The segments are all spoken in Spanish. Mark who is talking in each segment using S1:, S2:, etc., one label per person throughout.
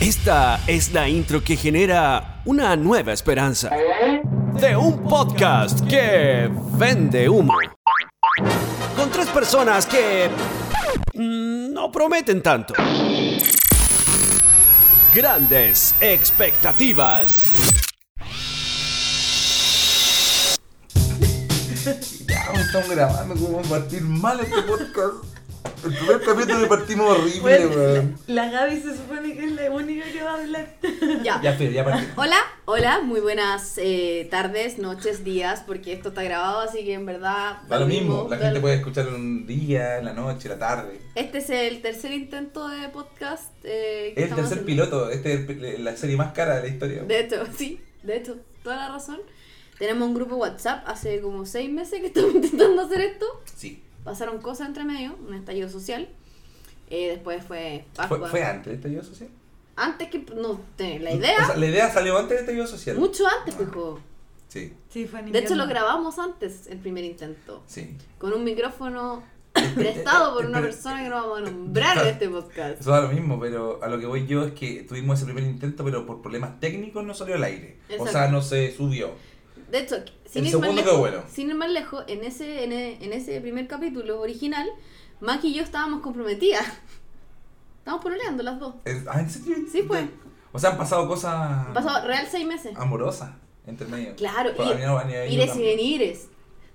S1: Esta es la intro que genera una nueva esperanza de un podcast que vende humo. Con tres personas que mm, no prometen tanto. Grandes expectativas.
S2: Ya, weón, estamos grabando, como vamos a partir mal este podcast. El primer capítulo le partimos horrible,
S3: Bueno,
S2: weón.
S3: la Gaby se supone que es la única que va a hablar.
S4: Ya.
S2: Ya, Fer, ya partimos.
S4: Hola, hola, muy buenas eh, tardes, noches, días, porque esto está grabado, así que en verdad.
S2: Da lo mismo, la
S4: da
S2: gente
S4: lo-
S2: puede escuchar un día, en la noche, en la tarde.
S4: Este es el tercer intento de podcast. eh, que
S2: Es el
S4: estamos
S2: tercer
S4: haciendo.
S2: piloto, este es el- la serie más cara de la historia.
S4: De hecho, sí, de hecho, toda la razón. Tenemos un grupo WhatsApp hace como seis meses que estamos intentando hacer esto.
S2: Sí.
S4: Pasaron cosas entre medio, un estallido social. Eh, después fue
S2: ¿Fue,
S4: Pascua.
S2: fue antes del estallido social?
S4: Antes que. No, te- la idea.
S2: O sea, Ah. la idea salió antes del estallido social.
S4: mucho antes, hijo.
S2: Sí,
S3: Sí, fue en
S4: De hecho,
S3: invierno.
S4: lo grabamos antes, el primer intento.
S2: sí.
S4: con un micrófono
S2: Eh,
S4: prestado por una persona que no vamos a nombrar en este podcast.
S2: Eso da lo mismo, pero a lo que voy yo es que tuvimos ese primer intento, pero por problemas técnicos no salió al aire. O
S4: Exacto.
S2: sea, no se subió.
S4: De hecho, sin
S2: El
S4: ir, más
S2: segundo
S4: lejos,
S2: quedó bueno.
S4: sin ir más lejos, en ese, en, e- en ese primer capítulo original, Maki y yo estábamos comprometidas. Estábamos pololeando las dos.
S2: ¿En- ah, ¿en serio?
S4: Sí, pues.
S2: O sea, han pasado cosas.
S4: Han pasado real seis meses.
S2: amorosa entre medio.
S4: Claro,
S2: Por
S4: y-
S2: la misma manera, Ah, yo
S4: Ires y
S2: también.
S4: venires.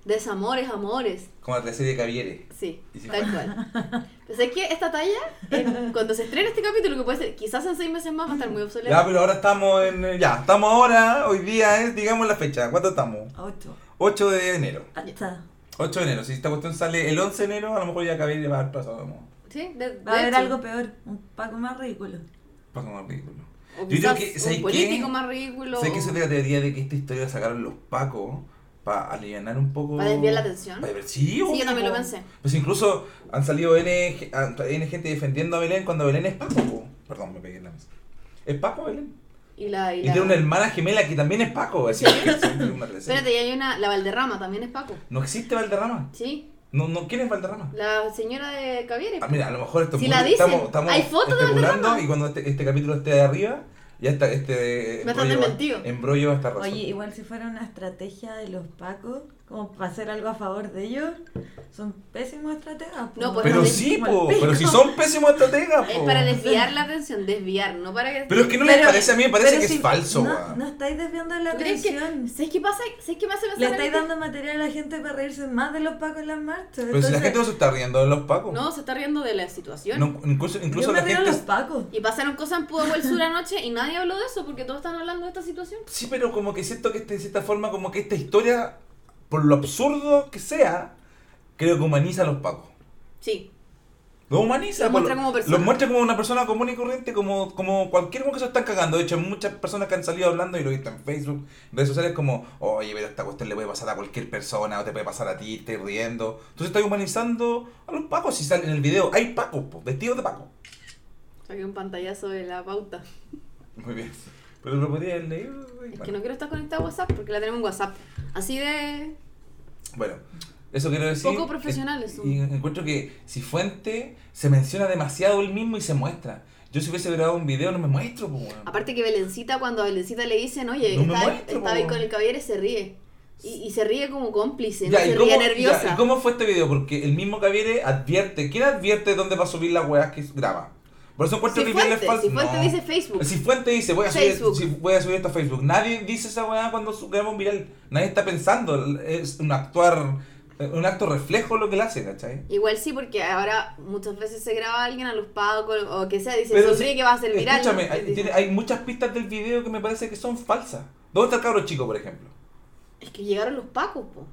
S4: Desamores, amores.
S2: Como la serie de Caviere.
S4: Sí,
S2: Y si
S4: tal cual. Entonces es que esta talla, en- cuando se estrene este capítulo, que puede ser quizás en seis meses más, va a estar muy obsoleta.
S2: Ya, pero ahora estamos en. eh, Ya, estamos ahora. Hoy día es, digamos, la fecha. ¿Cuánto estamos?
S3: A Ocho.
S2: 8 de enero.
S3: Hasta.
S2: 8 de enero. Si esta cuestión sale el 11 de enero, a lo mejor ya Caviere va a haber pasado. como-
S4: Sí, de- de
S3: Va a haber
S4: hecho.
S3: algo peor. Un Paco más ridículo.
S2: Pasó más ridículo.
S4: O
S2: Yo creo
S4: quizás
S2: que- ¿sabes
S4: un
S2: qué?
S4: político más ridículo.
S2: Sé que
S4: o-
S2: eso es de la teoría de que esta historia la sacaron los pacos para aliviar un poco.
S4: ¿Para desviar la atención?
S2: Para diver- Sí,
S4: Sí,
S2: obvio,
S4: yo también lo
S2: po.
S4: pensé.
S2: Pues incluso han salido N, ge- ah, N gente defendiendo a Belén cuando Belén es Paco. po. Perdón, me pegué en la mesa. Es Paco Belén.
S4: Y la. Y
S2: Y
S4: la-
S2: tiene una hermana gemela que también es Paco. Así que son una relación.
S4: Espérate, y hay una. La Valderrama también es Paco.
S2: No existe Valderrama.
S4: Sí,
S2: No, no, ¿Quién es Valderrama?
S4: la señora de Cavieres.
S2: Ah, mira, a lo mejor esto es
S4: Si
S2: muy-
S4: la dicen,
S2: estamos, estamos
S4: hay fotos de
S2: especulando
S4: Valderrama.
S2: y cuando este, este capítulo esté arriba, ya está este
S4: Me están desmentido.
S2: embrollo va a estar razón.
S3: Oye, igual si fuera una estrategia de los Pacos, como para hacer algo a favor de ellos, son pésimos estrategas. po.
S4: No, pues
S2: pero
S4: no
S2: sí,
S3: Como
S2: po,
S3: el
S2: pero
S3: pico.
S2: si son pésimos estrategas,
S4: Es
S2: po.
S4: para desviar la atención, desviar, no para que.
S2: Pero es que no les
S3: Eh, Pero-
S2: parece, a mí me parece
S3: pero
S2: que es
S3: si-
S2: falso,
S3: No,
S2: weón.
S3: no estáis desviando la
S4: ¿Tú crees que-
S3: atención.
S4: ¿Sabes qué pasa? ¿Sabes qué me hace pensar?
S3: Le
S4: en
S3: estáis
S4: este-
S3: dando material a la gente para reírse más de los Pacos en las marchas.
S2: Pero si la
S3: Entonces,
S2: gente no se está riendo de los Pacos.
S4: No, se está riendo de la situación.
S2: No, incluso incluso
S3: Yo me
S2: la
S3: río de
S2: gente.
S3: los Pacos.
S4: Y pasaron cosas en Pueblo del Sur anoche y nadie habló de eso porque todos están hablando de esta situación.
S2: Sí, pero como que siento que este, de cierta forma, como que esta historia, por lo absurdo que sea, creo que humaniza a los Pacos.
S4: Sí,
S2: Los humaniza.
S4: Los
S2: por
S4: muestra como personas.
S2: Los muestra como una persona común y corriente, como, como cualquier uno que se están cagando. De hecho, hay muchas personas que han salido hablando y lo he visto en Facebook, redes sociales, como, oye, pero esta cuestión le puede pasar a cualquier persona, o te puede pasar a ti, te riendo. Entonces estás humanizando a los pacos. Si salen en el video, hay pacos, po, vestidos de paco.
S4: saqué un pantallazo de la pauta.
S2: Muy bien. Pero lo podría haber leído. y
S4: Es que no
S2: bueno.
S4: quiero estar conectada a WhatsApp porque la tenemos en WhatsApp. Así de.
S2: Bueno, eso quiero decir.
S4: Poco profesionales
S2: es-
S4: son.
S2: Y encuentro que si fuente se menciona demasiado él mismo y se muestra. Yo si hubiese grabado un video no me muestro, po, weón.
S4: Aparte que Belencita, cuando a Belencita le dicen, oye,
S2: No me
S4: estaba,
S2: muestro,
S4: estaba ahí
S2: po.
S4: con el caballero, se ríe. Y, y se ríe como cómplice,
S2: Ya,
S4: no
S2: ¿y
S4: se
S2: cómo-
S4: ríe
S2: ya,
S4: nerviosa.
S2: ¿Y cómo fue este video? Porque el mismo Caviere advierte. ¿Quién advierte dónde va a subir las weas que graba? Por eso encuentro que bien
S4: Cifuentes,
S2: es falso.
S4: Cifuentes
S2: no.
S4: dice Facebook.
S2: Si Fuente dice, voy a, subir,
S4: Facebook.
S2: si voy a subir esto a Facebook. Nadie dice esa weá cuando su- graba un viral. Nadie está pensando. Es un actuar, eh, un acto reflejo lo que le hace, ¿cachai?
S4: Igual sí, porque ahora muchas veces se graba alguien a los pagos o que sea, dice,
S2: sí,
S4: sonríe que va a ser viral.
S2: Escúchame,
S4: ¿no?
S2: hay, tiene- hay muchas pistas del video que me parece que son falsas. ¿Dónde está el cabro chico, por ejemplo?
S4: Es que llegaron los pacos, po.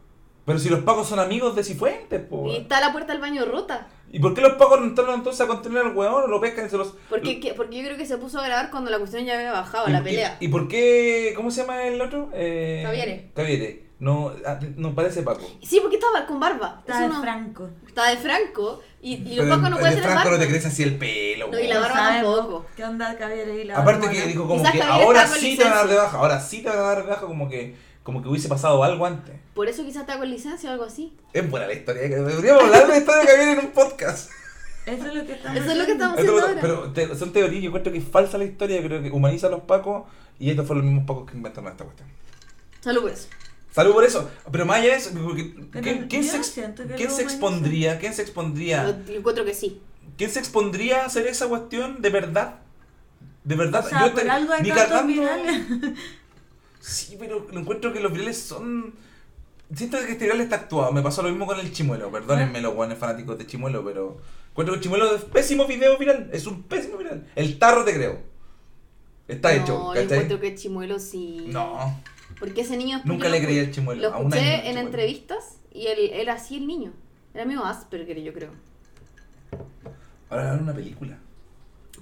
S2: Pero si los pacos son amigos de Cifuentes, po.
S4: Y está la puerta del baño rota.
S2: ¿Y por qué los pacos no entraron entonces a contener al weón o lo pescan y se los.
S4: Porque, que- porque yo creo que se puso a grabar cuando la cuestión ya había bajado, la
S2: y,
S4: pelea.
S2: y- y por qué? ¿Cómo se llama el otro? Eh,
S4: Javiere.
S2: Javiere. No, ah, no parece Paco.
S4: Sí, porque estaba con barba.
S3: Está
S4: Eso
S3: de
S4: no-
S3: Franco.
S4: Está de Franco. Y, y
S2: Pero
S4: los pacos no
S2: el-
S4: pueden
S2: el
S4: tener
S2: Franco
S4: barba.
S2: no te crece así el pelo.
S4: No, y
S2: weón.
S4: la barba
S3: Sabemos
S4: tampoco.
S3: ¿Qué onda Javier y la
S2: Aparte
S3: hormona.
S2: que dijo como
S4: Quizás
S2: que
S4: Javiere
S2: ahora
S4: está con
S2: sí te van a dar de
S4: licencia.
S2: baja, ahora sí te van a dar de baja como que, como que hubiese pasado algo antes.
S4: Por eso quizás está con licencia o algo así.
S2: Es buena la historia, que deberíamos hablar de la historia de Javier en un podcast.
S3: Eso es lo que estamos
S4: Eso es lo que estamos
S2: Esto-
S4: haciendo ahora.
S2: pero te- son teorías, yo encuentro que es falsa la historia, yo creo que humaniza a los pacos y estos fueron los mismos pacos que inventaron esta cuestión.
S4: Salud por eso.
S2: Salud por eso, pero más allá de eso, porque-
S3: Pero
S2: ¿quién, quién
S3: yo
S2: se,
S3: siento que
S2: quién
S3: lo
S2: se expondría? ¿Quién se
S4: Yo,
S2: expondría?
S4: yo encuentro que sí.
S2: ¿Quién se expondría a hacer esa cuestión de verdad? De verdad,
S3: O sea,
S2: yo te-
S3: por algo hay
S2: ni
S3: tantos
S2: cagando-
S3: virales.
S2: Sí, pero lo encuentro que los virales son. Siento que este viral está actuado. Me pasó lo mismo con el chimuelo. Perdónenme los buenos fanáticos de chimuelo, pero. Encuentro que el chimuelo es pésimo video viral. Es un pésimo viral. El tarro te creo. Está
S4: no,
S2: hecho,
S4: yo
S2: ¿cachai?
S4: encuentro que el chimuelo sí.
S2: No.
S4: Porque ese niño. es
S2: Nunca
S4: piola,
S2: le creí
S4: pues.
S2: al chimuelo,
S4: Lo
S2: a un año del
S4: escuché en
S2: chimuelo.
S4: entrevistas y él era así el niño. Era medio Asperger, yo creo.
S2: Ahora era una película.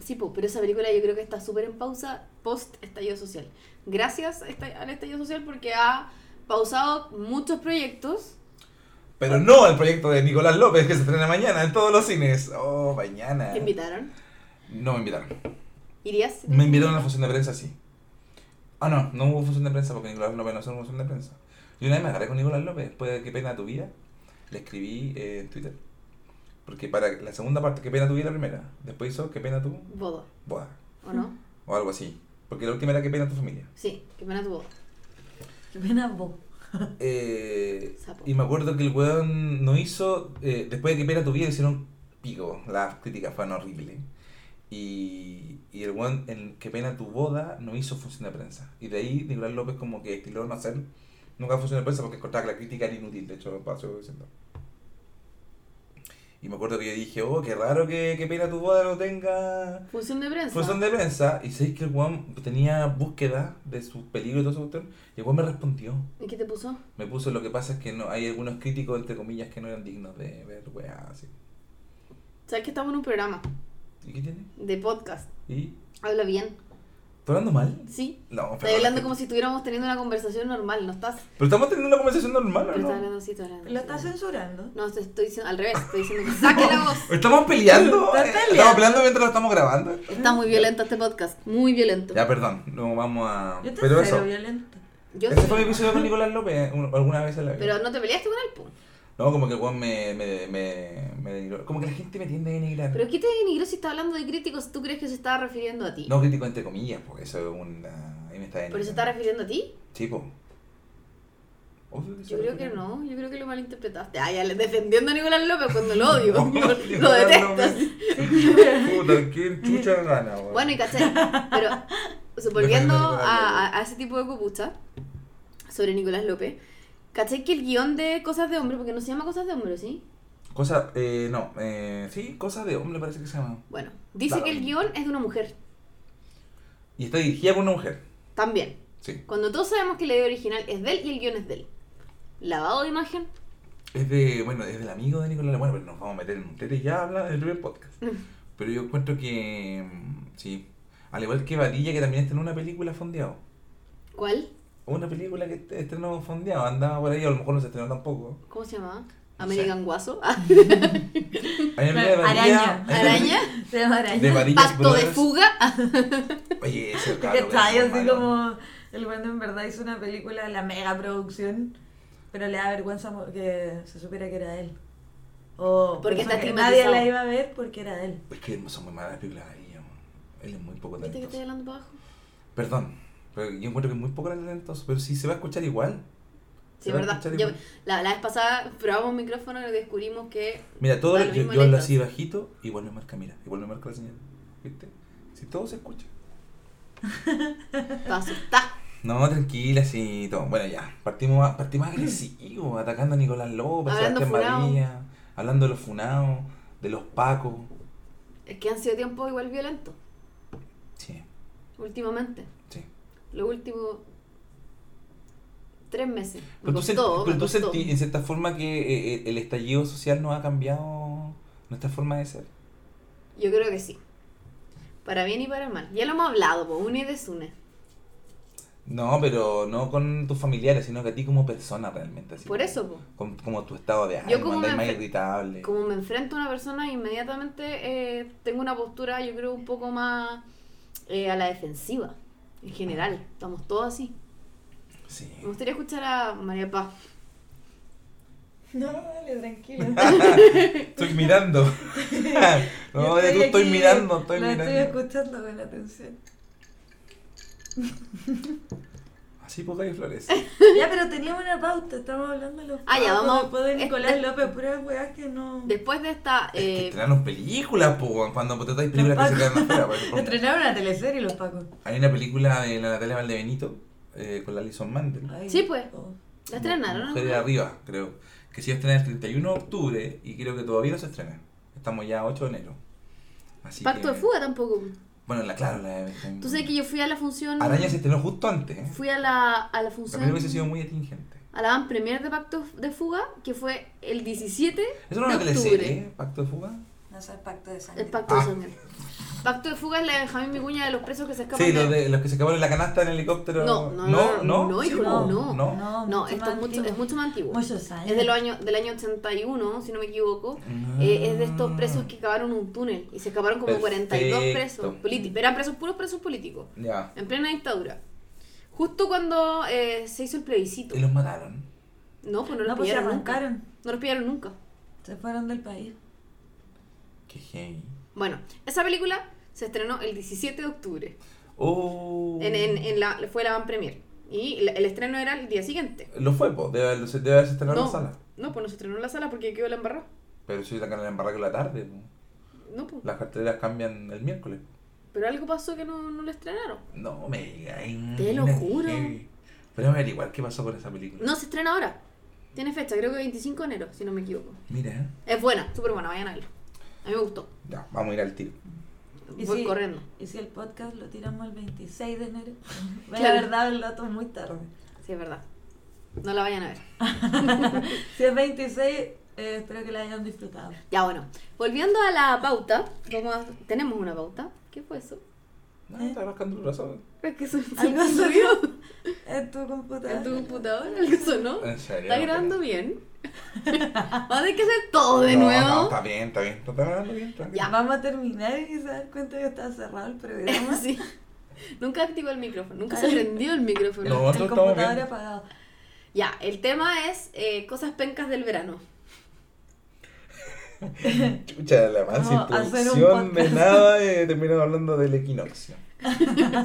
S4: Sí, po, pero esa película yo creo que está súper en pausa post estallido social. Gracias esta- al estallido social porque ha pausado muchos proyectos.
S2: Pero no al proyecto de Nicolás López que se estrena mañana en todos los cines. Oh, mañana.
S4: Te invitaron.
S2: No me invitaron.
S4: ¿Irías?
S2: Me invitaron a una función de prensa, sí. Ah, no, no hubo función de prensa porque Nicolás López no hizo una función de prensa. Y una vez me agarré con Nicolás López, después de Qué pena tu vida, le escribí eh, en Twitter. Porque para la segunda parte, Qué pena tu vida, la primera. Después hizo Qué pena tu
S4: Boda,
S2: boda.
S4: ¿o no?
S2: O algo así. Porque la última era Qué pena tu familia.
S4: Sí, qué pena tu boda.
S3: Qué pena vos.
S2: Eh,
S4: Sapo.
S2: y me acuerdo que el weón no hizo, eh, después de que Pera tu vida, hicieron pico. Las críticas fueron horribles. Y, y el weón en Que Pena tu boda no hizo función de prensa. Y de ahí Nicolás López como que estiló no hacer nunca función de prensa porque encontraba que la crítica era inútil. De hecho, pasó diciendo. Y me acuerdo que yo dije, oh, qué raro que Que Pena tu boda no tenga
S4: Función de prensa.
S2: función de prensa. Y sé que el weón tenía búsqueda de sus peligros y todo eso. cuestión, Y el weón me respondió.
S4: ¿Y qué te puso?
S2: Me puso lo que pasa es que no hay algunos críticos, entre comillas, que no eran dignos de ver weá así.
S4: Sabes que estamos en un programa
S2: ¿Y qué tiene?
S4: de podcast.
S2: ¿Y?
S4: Habla bien.
S2: ¿Estoy hablando mal?
S4: Sí.
S2: No,
S4: Estás hablando como si estuviéramos teniendo una conversación normal, ¿no estás?
S2: Pero estamos teniendo una conversación normal, ¿o
S4: Pero estás
S2: ¿no?
S4: hablando así, estás hablando
S3: Lo
S4: así.
S3: estás censurando.
S4: No, te estoy diciendo al revés, estoy diciendo que saque la voz.
S2: ¿Estamos peleando? Eh,
S3: Estás peleando.
S2: ¿Estamos peleando mientras lo estamos grabando?
S4: Está muy violento este podcast, muy violento.
S2: Ya, perdón, no vamos a...
S3: Yo te
S2: Pero
S3: cero
S2: eso,
S3: violento.
S4: Yo
S2: ese
S4: sí.
S2: fue mi episodio con Nicolás López, un- alguna vez en la vida.
S4: Pero no te peleaste con él, po.
S2: No, como que el weón me, me, me, me denigró. Como que la gente me tiende a denigrar.
S4: Pero ¿qué te denigró si está hablando de críticos? ¿Tú crees que se está refiriendo a ti?
S2: No crítico entre comillas, porque eso es una... Ahí me está denigrando.
S4: ¿Pero se está refiriendo a ti?
S2: Sí, po. Obvio se
S4: Yo creo que
S2: refiere.
S4: no, yo creo que lo malinterpretaste. Ah, ya, le- defendiendo a Nicolás López cuando lo odio,
S2: No,
S4: lo,
S2: Nicolás
S4: lo detesto.
S2: López.
S4: así.
S2: Puta, ¿quién chucha gana, weón?
S4: Bueno, y cachai, pero so, volviendo
S2: Defendiendo a
S4: a,
S2: Nicolás
S4: a- a ese tipo de copucha sobre Nicolás López, cachai que el guión de Cosas de Hombre, porque no se llama Cosas de Hombre, ¿sí?
S2: Cosa, eh, no, eh, sí, cosa de hombre parece que se llama.
S4: Bueno, dice
S2: Claro.
S4: que el guión es de una mujer,
S2: Y está dirigida por una mujer.
S4: también.
S2: Sí.
S4: Cuando todos sabemos que la idea original es de él y el guión es de él. Lavado de imagen,
S2: Es de, bueno, es del amigo de Nicolás. Bueno, pero nos vamos a meter en un tete y ya habla del primer podcast. Pero yo encuentro que, mm, sí, al igual que Varilla, que también estrenó una película fondeado.
S4: ¿cuál?
S2: Una película que est- estrenó fondeado, andaba por ahí, a lo mejor no se estrenó tampoco.
S4: ¿Cómo se llamaba?
S2: No
S4: American Guaso. Ah,
S2: Hay una película de
S3: Araña.
S2: Varilla- hay una
S4: Araña.
S3: Se llama araña.
S2: De Varilla
S4: Pacto de
S2: Brothers.
S4: fuga. Ah,
S2: Oye, ese
S3: Que
S2: cabrón,
S3: está ahí
S2: es
S3: así
S2: malo.
S3: como el bueno en verdad hizo una película, la mega producción, pero le da vergüenza mo- que se supiera que era él. O
S4: Porque
S3: pensó
S4: está
S3: que nadie
S4: estigmatizado.
S3: la iba a ver porque era él.
S2: Es que son muy malas las películas de Varilla, weón. Él es muy poco
S4: ¿Viste Este que
S2: talentoso.
S4: estoy hablando para abajo?
S2: Perdón, pero yo encuentro que es muy poco talentoso, pero sí se va a escuchar igual.
S4: Sí,
S2: Se va a
S4: verdad.
S2: escuchar
S4: Yo-
S2: igual.
S4: la, la vez pasada probamos un micrófono y descubrimos que.
S2: Mira, todo
S4: Da
S2: lo-
S4: lo
S2: yo,
S4: mismo
S2: yo hablo
S4: lejos.
S2: así bajito, igual me marca, mira, igual me marca la señal. ¿Viste? Si todo se escucha.
S4: Está asustada.
S2: No, tranquila, sí, todo. Bueno, ya, partimos, a- partimos agresivos, atacando a Nicolás López,
S4: Hablando
S2: Sebastián
S4: funao.
S2: Badilla, hablando de los funados, de los pacos.
S4: Es que han sido tiempos igual violentos,
S2: Sí,
S4: últimamente.
S2: sí.
S4: Los últimos. tres meses. Me
S2: Pero tú, sen-
S4: costó,
S2: pero
S4: me
S2: tú
S4: costó.
S2: sentí, en cierta forma, que eh, eh, el estallido social nos ha cambiado nuestra forma de ser.
S4: Yo creo que sí. Para bien y para mal. Ya lo hemos hablado, po, une y desune.
S2: No, pero no con tus familiares, sino que a ti como persona realmente. Así
S4: Por
S2: como-
S4: eso, po.
S2: Con- como tu estado de ánimo,
S4: Yo como
S2: andáis
S4: me
S2: más
S4: enfe-
S2: irritable.
S4: como me enfrento a una persona inmediatamente eh, tengo una postura yo creo un poco más eh, a la defensiva en general
S2: Ah.
S4: estamos todos así
S2: Sí.
S4: me gustaría escuchar a María Paz
S3: No, dale, tranquilo.
S2: Estoy mirando. no,
S3: Yo
S2: ya tú estoy
S3: aquí,
S2: mirando, estoy
S3: la
S2: mirando.
S3: Estoy escuchando con atención.
S2: Así pues hay flores.
S4: Eh,
S3: Ya, pero teníamos una pauta, estábamos hablando de los
S4: Ah, ya,
S3: pacos,
S4: vamos-
S3: después de
S4: es-
S3: Nicolás
S4: es-
S3: López, puras weas que no.
S4: Después de esta.
S2: Es que
S4: eh,
S2: estrenaron películas, po, cuando tratáis
S3: Los
S2: películas que se
S3: Pacos.
S2: quedan afuera. por ejemplo.
S3: Estrenaron una teleserie los pacos.
S2: Hay una película de la Natalia Valdebenito eh, con la Alison Mandel.
S3: Ay,
S4: Sí, pues.
S3: oh.
S4: la estrenaron,
S2: Mujeres
S4: ¿no?
S2: arriba, creo. Que se iba a estrenar el 31 de octubre y creo que todavía no se estrena. Estamos ya a 8 de enero. Así
S4: Pacto
S2: que-
S4: de fuga tampoco.
S2: Bueno, la claro, la
S4: Tú sabes que yo fui a la función.
S2: Araña se estrenó justo antes. ¿eh?
S4: Fui a la, a la
S2: La
S4: función.
S2: película hubiese sido muy atingente.
S4: A la van premier de Pacto de Fuga, que fue el 17
S2: Eso no era una
S4: de octubre.
S2: teleserie, ¿eh? Pacto de fuga.
S3: No es el pacto de sangre.
S4: El Pacto de
S2: Ah.
S4: Sangre. Pacto de Fuga es la de Benjamín Vicuña de los presos que se escapan
S2: Sí, los, de, los que se acabaron en la canasta en el helicóptero.
S4: No,
S2: no,
S4: no, no,
S2: no,
S4: no,
S2: sí,
S4: hijo,
S2: po,
S4: no.
S2: no.
S4: No, esto es
S3: más
S4: mucho, es
S3: antiguo.
S4: mucho más antiguo.
S3: Muchos años.
S4: Es de los años- del año 81, si no me equivoco.
S2: Ah.
S4: Eh, es de estos presos que cavaron un túnel y se escaparon como 42 presos
S2: Perfecto.
S4: políticos. Eran presos puros presos políticos,
S2: Ya.
S4: en plena dictadura. Justo cuando eh, se hizo el plebiscito.
S2: Y los mataron.
S4: No, pues no los
S3: No, pues se
S4: pillaron nunca.
S3: arrancaron.
S4: No los pillaron nunca.
S3: Se fueron del país.
S2: Qué gay.
S4: Bueno, esa película se estrenó el 17 de octubre.
S2: Oh.
S4: En, en, en la, fue la van premier. Y la- el estreno era el día siguiente.
S2: Lo fue, po. Debe, haberse- debe haberse estrenado en
S4: No,
S2: la sala.
S4: no, pues no se estrenó en la sala porque quedó la embarrada.
S2: Pero si la canal en barraco en la tarde, po.
S4: No, pues.
S2: Las carteleras cambian el miércoles.
S4: Pero algo pasó que no, no la estrenaron.
S2: No me digas.
S4: Te lo juro.
S2: Pero a averiguar qué pasó con esa película.
S4: No, se estrena ahora. Tiene fecha, creo que 25 de enero, si no me equivoco.
S2: Mira, ¿eh?
S4: Es buena, súper buena, vayan a verlo. A mí me gustó.
S2: ya, vamos a ir al tiro.
S3: Y
S4: Voy
S3: sí.
S4: corriendo.
S3: Y si el podcast lo tiramos el 26 de enero, la
S4: Claro.
S3: verdad el dato es muy tarde.
S4: Sí, es verdad. No la vayan a ver.
S3: Si es 26, eh, espero que la hayan disfrutado.
S4: Ya, bueno. Volviendo a la pauta. vamos a- Tenemos una pauta. ¿Qué fue eso?
S2: No, está rascando el brazo.
S4: Es que son-
S3: Algo
S4: son-
S3: sonó. En tu computadora.
S4: ¿En tu computadora? ¿Algo sonó?
S2: En serio.
S4: ¿Está
S2: no,
S4: grabando
S2: pero-
S4: bien? Va a tener que hacer todo de
S2: No,
S4: nuevo.
S2: No, está bien, está bien. Está grabando bien, tranquilo.
S4: Ya.
S3: Vamos a terminar y se dan cuenta que está cerrado el programa.
S4: Sí. Nunca activó el micrófono, nunca se prendió el micrófono.
S2: No.
S3: el
S2: Nosotros estamos
S3: computador
S2: bien.
S3: apagado.
S4: Ya, el tema es eh, cosas pencas del verano.
S2: Chucha, la más
S3: Vamos a hacer un
S2: introducción de
S3: podcast.
S2: nada eh, terminamos hablando del equinoccio.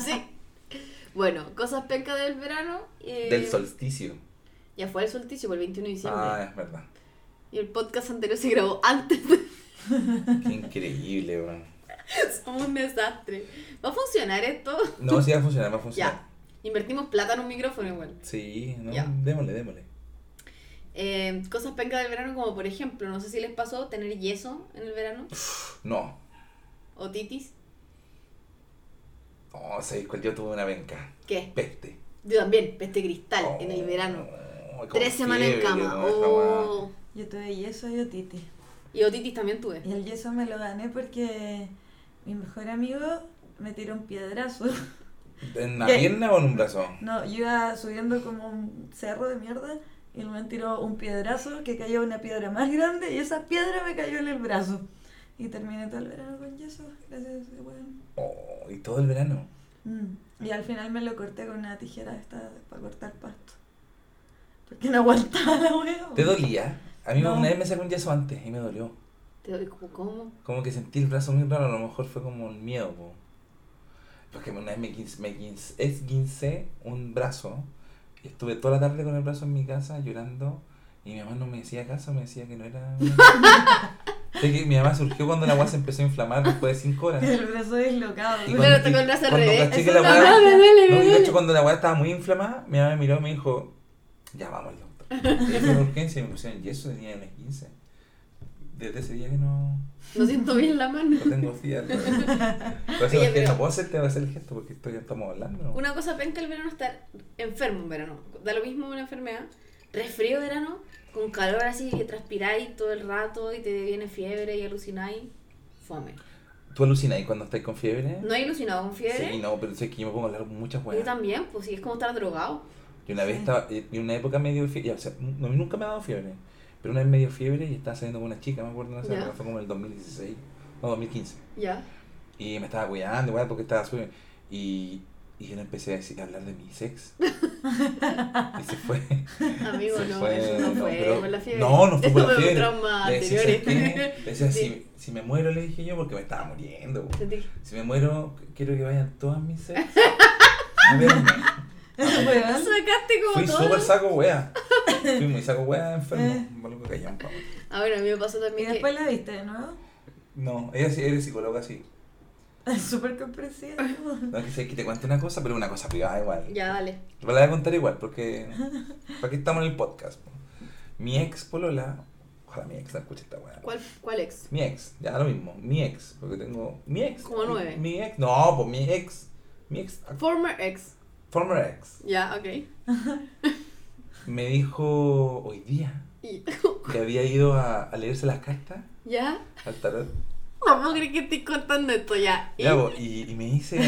S4: sí. Bueno, cosas pencas del verano. eh,
S2: Del solsticio.
S4: Ya fue el solsticio, fue el 21 de diciembre.
S2: Ah, es verdad.
S4: Y el podcast anterior se grabó antes de...
S2: Qué increíble, weón.
S4: Somos un desastre. ¿Va a funcionar esto?
S2: No, sí va a funcionar, va a funcionar.
S4: Ya. Invertimos plata en un micrófono igual.
S2: Sí, no,
S4: Ya.
S2: démosle, démosle.
S4: Eh, cosas pencas del verano como por ejemplo, no sé si les pasó tener yeso en el verano
S2: No.
S4: o titis.
S2: No, sé cuál yo tuve una venca.
S4: ¿Qué?
S2: Peste.
S4: Yo también, peste cristal
S2: Oh,
S4: en el verano.
S2: como
S4: Tres semanas en
S2: fiebre,
S4: cama.
S2: no, esa
S4: Oh.
S3: Yo tuve yeso y otitis.
S4: Y otitis también tuve.
S3: Y el yeso me lo gané porque mi mejor amigo me tiró un piedrazo.
S2: weá. ¿En la
S3: Y ahí-
S2: pierna o en un brazo?
S3: No, yo iba subiendo como un cerro de mierda y el man tiró un piedrazo que cayó una piedra más grande y esa piedra me cayó en el brazo. Y terminé todo el verano con yeso, gracias a ese weón.
S2: Oh, y todo el verano.
S3: Mm. Y al final me lo corté con una tijera esta para cortar pasto. Porque no aguantaba la weón.
S2: ¿Te dolía? A mí
S3: No.
S2: una vez me sacó un yeso antes y me dolió.
S4: Te doy como, ¿cómo?
S2: Como que sentí el brazo muy raro, a lo mejor fue como el miedo, po. Porque una vez me, quince, me quince- esguincé un brazo y estuve toda la tarde con el brazo en mi casa llorando y mi mamá no me decía caso, me decía que no era... sé que mi mamá surgió cuando la agua se empezó a inflamar después de 5 horas.
S3: El brazo deslocado.
S2: Y
S4: Claro,
S2: cuando-
S4: te con el brazo al
S2: cuando
S4: revés.
S2: caché que
S4: Eso
S2: la
S4: no,
S2: weá-
S4: me duele, me
S2: No, y de
S4: duele.
S2: hecho cuando la weá estaba muy inflamada, mi mamá me miró y me dijo, ya vamos al doctor. Y yo fui a la urgencia y me pusieron yeso, tenía unas 15. Desde ese día que no,
S4: No siento bien la mano.
S2: no tengo fiebre. Por eso
S4: Oye,
S2: es que
S4: pero-
S2: no puedo hacerte hacer el gesto porque estoy, estamos hablando. ¿no?
S4: Una cosa penca el verano estar enfermo en verano. Da lo mismo una enfermedad. Resfrío verano, con calor así que transpiráis todo el rato y te viene fiebre y alucináis. Fome.
S2: ¿Tú alucinas cuando estás con fiebre?
S4: No he alucinado con fiebre.
S2: Sí, no, pero es que yo me pongo a hablar con muchas
S4: Yo
S2: weas.
S4: también, pues sí, es como estar drogado.
S2: Y una vez estaba, y en una época me dio fiebre, ya, o sea, no, nunca me ha dado fiebre, pero una vez me dio fiebre y estaba saliendo con una chica, me acuerdo, no sé,
S4: Ya.
S2: fue como en el 2016, no, 2015.
S4: Ya.
S2: Y me estaba cuidando, igual, porque estaba subiendo. Y Y yo le empecé a, decir, a hablar de mi sex. y se fue.
S4: Amigo,
S2: Se
S4: no,
S2: fue,
S4: eso no
S2: no,
S4: fue
S2: pero-
S4: por la fiebre.
S2: No, no fue por la
S4: Eso
S2: fiebre.
S4: un trauma
S2: Le decía,
S4: anterior.
S2: "¿Sabes qué?". Le decía,
S4: Sí.
S2: si, si me muero, le dije yo, porque me estaba muriendo. po.
S4: Sentí-
S2: Si me muero, quiero que vayan todas mis sex. A verme.
S3: Weón.
S4: Sacaste como
S2: Fui
S4: todo.
S2: súper saco wea. Fui muy saco wea, enfermo.
S3: Eh.
S2: Malo que callamos, pa' weón.
S4: Ah, bueno, a mí me pasó
S3: Y
S4: también
S3: después la viste de nuevo.
S2: No, ella sí, eres psicóloga, sí.
S3: Es súper comprensiva. weón.
S2: No, que sé que te cuente una cosa, pero una cosa privada igual.
S4: que... Ya, dale.
S2: Te la voy a contar igual, porque. ¿Para qué estamos en el podcast? po? Mi ex polola. Ojalá mi ex no escuche esta weá.
S4: ¿Cuál, cuál ex?
S2: Mi ex, ya da lo mismo. Mi ex, porque tengo. Mi ex.
S4: Como nueve.
S2: Mi ex. No, pues mi ex. Mi ex.
S4: Former ex.
S2: Former ex.
S4: Ya, ok.
S2: Me dijo hoy día
S4: Y-
S2: que había ido a, a leerse las cartas
S4: ¿Ya?
S2: al tarot.
S4: No puedo creer que estoy contando esto ya. Y-
S2: Ya, po, y, y me dice.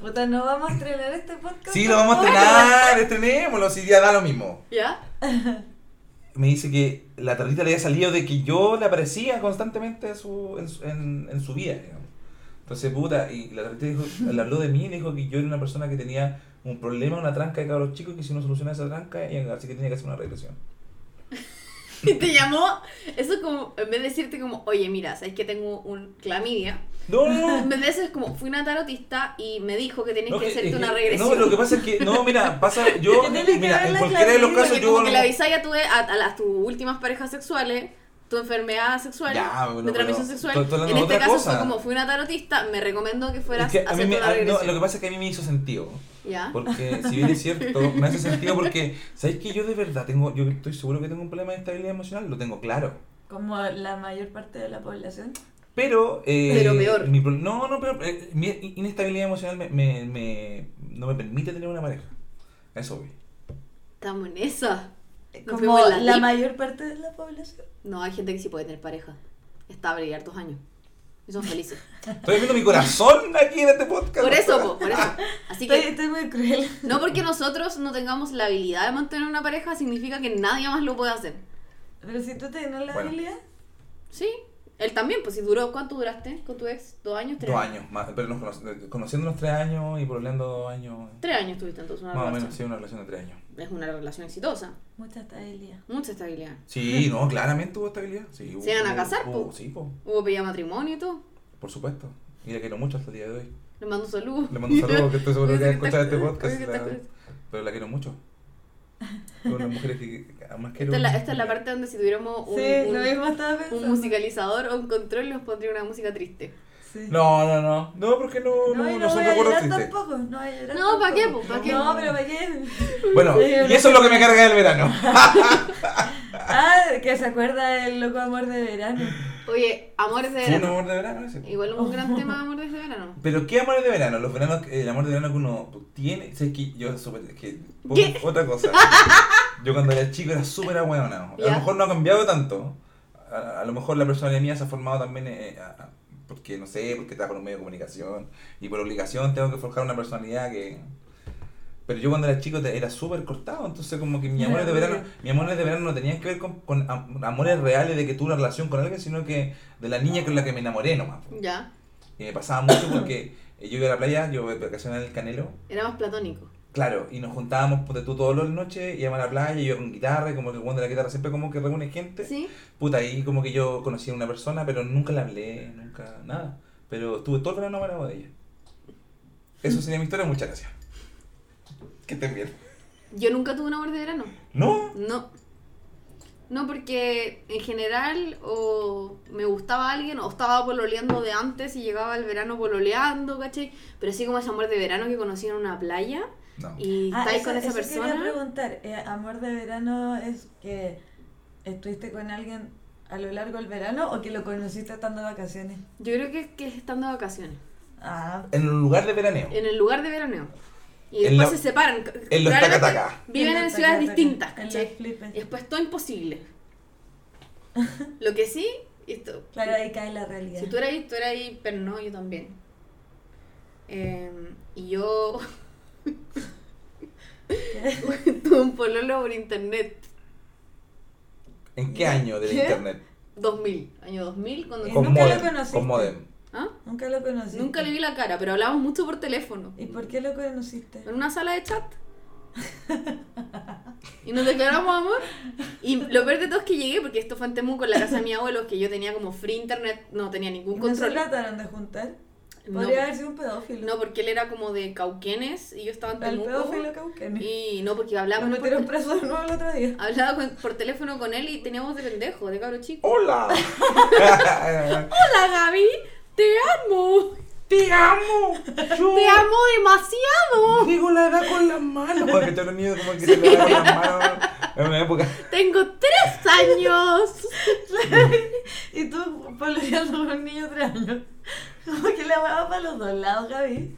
S3: Puta, no vamos a estrenar este podcast.
S2: Sí, lo vamos a estrenar, estrenémoslo, si ya da lo mismo.
S4: ¿Ya?
S2: me dice que la tarjeta le había salido de que yo le aparecía constantemente en su, en, su- en, en su vida, digamos. Entonces, puta, y la tarjeta dijo, le habló de mí y le dijo que yo era una persona que tenía un problema, una tranca de cabros chicos, que si no solucionaba esa tranca, y así que tenía que hacer una regresión.
S4: Y te llamó. Eso es como, en vez de decirte como, oye, mira, sabes que tengo un clamidia.
S2: No, no,
S4: En
S2: no.
S4: vez de eso es como, fui una tarotista y me dijo que tenés
S2: No,
S4: que
S2: que-
S4: hacerte
S2: que-
S4: una regresión.
S2: no, lo que pasa es que, no, mira, pasa, yo,
S3: Que tiene que
S2: mira,
S3: ver
S2: en
S3: la
S2: cualquiera de los
S3: claridad,
S2: casos
S4: Porque como
S2: yo...
S4: que le avisáis a, tu, e, a, a las, tus últimas parejas sexuales, tu enfermedad sexual,
S2: Ya, bueno,
S4: de transmisión
S2: pero
S4: sexual.
S2: estoy- estoy hablando
S4: en
S2: de
S4: este
S2: otra
S4: caso
S2: cosa.
S4: fue como fui una tarotista, me recomendó que fueras
S2: es que
S4: a
S2: a mí
S4: hacer
S2: me-
S4: una
S2: a- no,
S4: regresión.
S2: lo que pasa es que a mí me hizo sentido.
S4: ¿Ya?
S2: Porque si bien es cierto, me hace sentido porque, ¿sabéis que yo de verdad tengo, yo estoy seguro que tengo un problema de estabilidad emocional? Lo tengo claro.
S3: Como la mayor parte de la población.
S2: Pero... eh,
S4: Pero peor.
S2: mi pro- no, no, pero eh, mi inestabilidad emocional me, me- me- no me permite tener una pareja. A Eso voy.
S4: Estamos en esa. Nos
S3: Como
S4: fuimos en la
S3: la,
S4: deep.
S3: mayor parte de la población.
S4: No, hay gente que sí puede tener pareja. Estable y hartos años. Y son felices.
S2: Estoy viendo mi corazón aquí en este podcast.
S4: Por eso, po, por eso. Así
S3: Estoy,
S4: que
S3: estoy muy cruel.
S4: no porque nosotros no tengamos la habilidad de mantener una pareja significa que nadie más lo puede hacer.
S3: Pero si tú tienes la
S2: Bueno.
S3: habilidad,
S4: Sí, él también, pues si duró, ¿cuánto duraste con tu ex? ¿Dos años? ¿Tres
S2: Dos años, más, pero nos cono- conociéndonos tres años y problemando dos años.
S4: Tres años tuviste entonces una
S2: Más o
S4: relación.
S2: menos, sí, una relación de tres años.
S4: Es una relación exitosa.
S3: mucha estabilidad.
S4: Mucha estabilidad.
S2: Sí, no, claramente hubo estabilidad. Sí, hubo-
S4: ¿Se iban a casar,
S2: hubo-
S4: po?
S2: Sí, po,
S4: Hubo pedido matrimonio y todo.
S2: por supuesto. Y le quiero mucho hasta el día de hoy.
S4: Le mando un saludo.
S2: Le mando un saludo, que estoy seguro que va a escuchar este
S4: Oye,
S2: podcast.
S4: que está-
S2: la- pero la quiero mucho. Es una mujer que que más quiero.
S4: Esta es, la, esta es la parte donde si tuviéramos un,
S3: sí,
S4: un-
S3: lo mismo estaba
S4: un
S3: pensando.
S4: musicalizador o un control, nos pondría una música triste.
S3: Sí.
S2: No, no, no. No, porque no, no,
S3: y
S2: no,
S3: no
S2: son
S3: voy a
S2: recuerdos
S3: llorar
S2: tristes.
S3: tampoco. No, voy a llorar
S4: No, ¿pa' qué,
S3: tampoco.
S4: po? ¿Pa' qué?
S3: No, pero ¿para qué?
S2: Bueno,
S3: Sí,
S2: y
S3: no.
S2: eso es lo que me carga el verano.
S3: Ah, que se acuerda del loco amor de verano.
S4: Oye, amores de
S2: Fue un
S4: verano.
S2: amor de verano ese.
S4: Igual un gran tema de amores de verano.
S2: Pero ¿qué amores de verano? Los veranos, el amor de verano que uno tiene. Sé que yo súper. es que-
S4: ¿Qué?
S2: Otra cosa. Yo cuando era chico era súper ahueonado. A
S4: Ya.
S2: lo mejor no ha cambiado tanto. A, a lo mejor la personalidad mía se ha formado también. eh, a- a- porque no sé, porque trabajo en un medio de comunicación. Y por obligación tengo que forjar una personalidad que. Pero yo cuando era chico te- era súper cortado, entonces como que mis amores de verano, mis amores de verano no tenían que ver con, con am- amores reales de que tuve una relación con alguien, sino que de la niña con la que me enamoré nomás.
S4: Ya,
S2: Y me pasaba mucho porque eh, yo iba a la playa, yo vacacionaba en el Canelo,
S4: era más platónico.
S2: claro, y nos juntábamos ponte tú todas las noches, íbamos a la playa, yo con guitarra, y como que el weón de la guitarra siempre como que reúne gente.
S4: ¿Sí?
S2: Puta, ahí como que yo conocí a una persona, pero nunca la hablé, nunca nada. Pero estuve todo el verano enamorado de ella. Eso sería mi historia, muchas gracias. Que estén bien.
S4: Yo nunca tuve un amor de verano.
S2: ¿No?
S4: No. No, porque en general o me gustaba alguien o estaba pololeando de antes y llegaba el verano pololeando, ¿cachai? Pero así como ese amor de verano que conocí en una playa
S2: No.
S4: y
S3: Ah,
S4: estáis
S3: eso-
S4: con esa
S3: eso Quería
S4: persona.
S3: preguntar, eh, amor de verano es que estuviste con alguien a lo largo del verano o que lo conociste estando de vacaciones.
S4: Yo creo que, que es estando de vacaciones.
S3: Ah,
S2: En el lugar de veraneo.
S4: En el lugar de veraneo. Y
S2: En
S4: después
S2: lo-
S4: se separan.
S2: en los
S4: Probablemente
S2: tacataca.
S4: Viven en
S3: los
S4: ciudades
S3: tacataca,
S4: distintas,
S3: en los
S4: ¿cachai?
S3: flipes.
S4: Y después todo imposible. Lo que sí, esto,
S3: Claro, ahí cae la realidad.
S4: Si tú eras ahí, tú eras ahí, pero no, yo también. Eh, y yo tuve un pololo por internet.
S2: ¿En qué año del
S3: ¿Qué?
S2: internet?
S4: 2000, año 2000, cuando...
S3: ¿Y
S2: Con
S3: nunca lo
S2: modem.
S3: conociste?
S2: Con modem.
S4: ¿Ah?
S3: Nunca lo conocí.
S4: Nunca le vi la cara, pero hablamos mucho por teléfono.
S3: ¿Y por qué lo conociste?
S4: En una sala de chat. y nos declaramos amor. Y lo peor de todo es que llegué, porque esto fue en Temuco, en la casa de mi abuelo, que yo tenía como free internet, no tenía ningún
S3: ¿No se
S4: control.
S3: trataron de juntar?
S4: No.
S3: Podría haber sido un pedófilo.
S4: No, pues, porque él era como de Cauquenes y yo estaba en
S3: El
S4: Temuco.
S3: pedófilo cauquenes.
S4: Y no, Ah. porque
S3: Lo
S4: hablábamos por,
S3: metieron preso de nuevo el otro día.
S4: hablaba con- por teléfono con él y teníamos de pendejo, de cabro chico.
S2: ¡Hola!
S4: ¡Hola Gaby! ¡Te amo!
S2: ¡Te amo! Yo
S4: ¡Te amo demasiado!
S2: Digo la edad con las manos. Porque todos los niños como que se le da con las manos. En una época.
S4: ¡Tengo tres años!
S3: y tú pololeando con un niño de tres años. Como que le va para los dos lados, Gaby.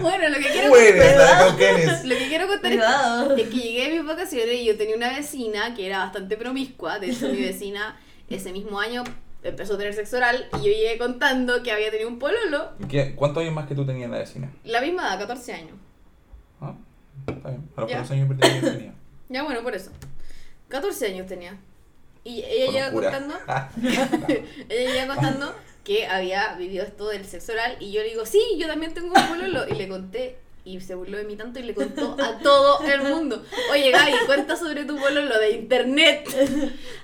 S4: Bueno, lo que quiero
S2: ¿Tú eres la de Cauquenes?
S4: Lo que quiero contar es,
S3: Cuidado.
S4: es que llegué a mis vacaciones y yo tenía una vecina que era bastante promiscua. De hecho, mi vecina ese mismo año empezó a tener sexo oral y yo llegué contando que había tenido un pololo.
S2: ¿Qué- ¿Cuántos años más que tú tenías la vecina?
S4: La misma edad, 14 años.
S2: ¿Ah? Está bien. A los
S4: Ya.
S2: 14 años perdí que tenía.
S4: Ya bueno, por eso. 14 años tenía. Y
S2: Por
S4: ella llega
S2: locura.
S4: contando, ella llega contando que había vivido esto del sexo oral y yo le digo, sí, yo también tengo un pololo. Y le conté y se burló de mí tanto y le contó a todo el mundo. Oye, Gaby, cuenta sobre tu pololo de internet.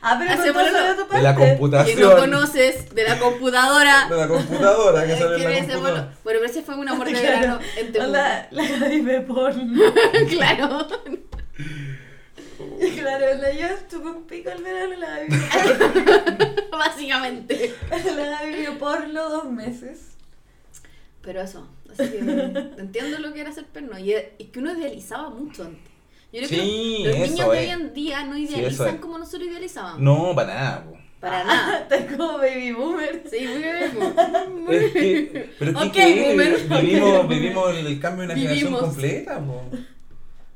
S3: Ah, pero
S4: Hace
S3: con todo
S4: pololo.
S3: salió tu
S2: De la
S3: parte.
S4: que
S2: computación.
S4: no conoces de la computadora.
S2: De la computadora que
S4: Ay,
S2: sale
S4: que
S2: en la
S4: ese bueno,
S2: computadora.
S4: bueno, pero ese fue un amor de
S3: Claro.
S4: verano en Temuco.
S3: La, la Gaby ve porno.
S4: claro.
S3: Y claro, la yo estuve un pico al verano la Gaby.
S4: Básicamente.
S3: La Gaby vio porno dos meses.
S4: Pero eso, así que entiendo lo que era ser perno. Y es es que uno idealizaba mucho antes. Yo creo
S2: Sí,
S4: que los
S2: eso
S4: niños de
S2: es.
S4: hoy en día no
S2: eso
S4: idealizan
S2: es.
S4: como nosotros idealizábamos.
S2: No, para nada. po.
S4: Para nada.
S3: Estás Ah, como baby boomer.
S4: Sí, muy bien. muy
S2: Es
S4: bien.
S2: que, pero es que
S4: Ok,
S2: increíble,
S4: boomer.
S2: vivimos, vivimos el cambio de una
S4: Vivimos.
S2: generación completa, po.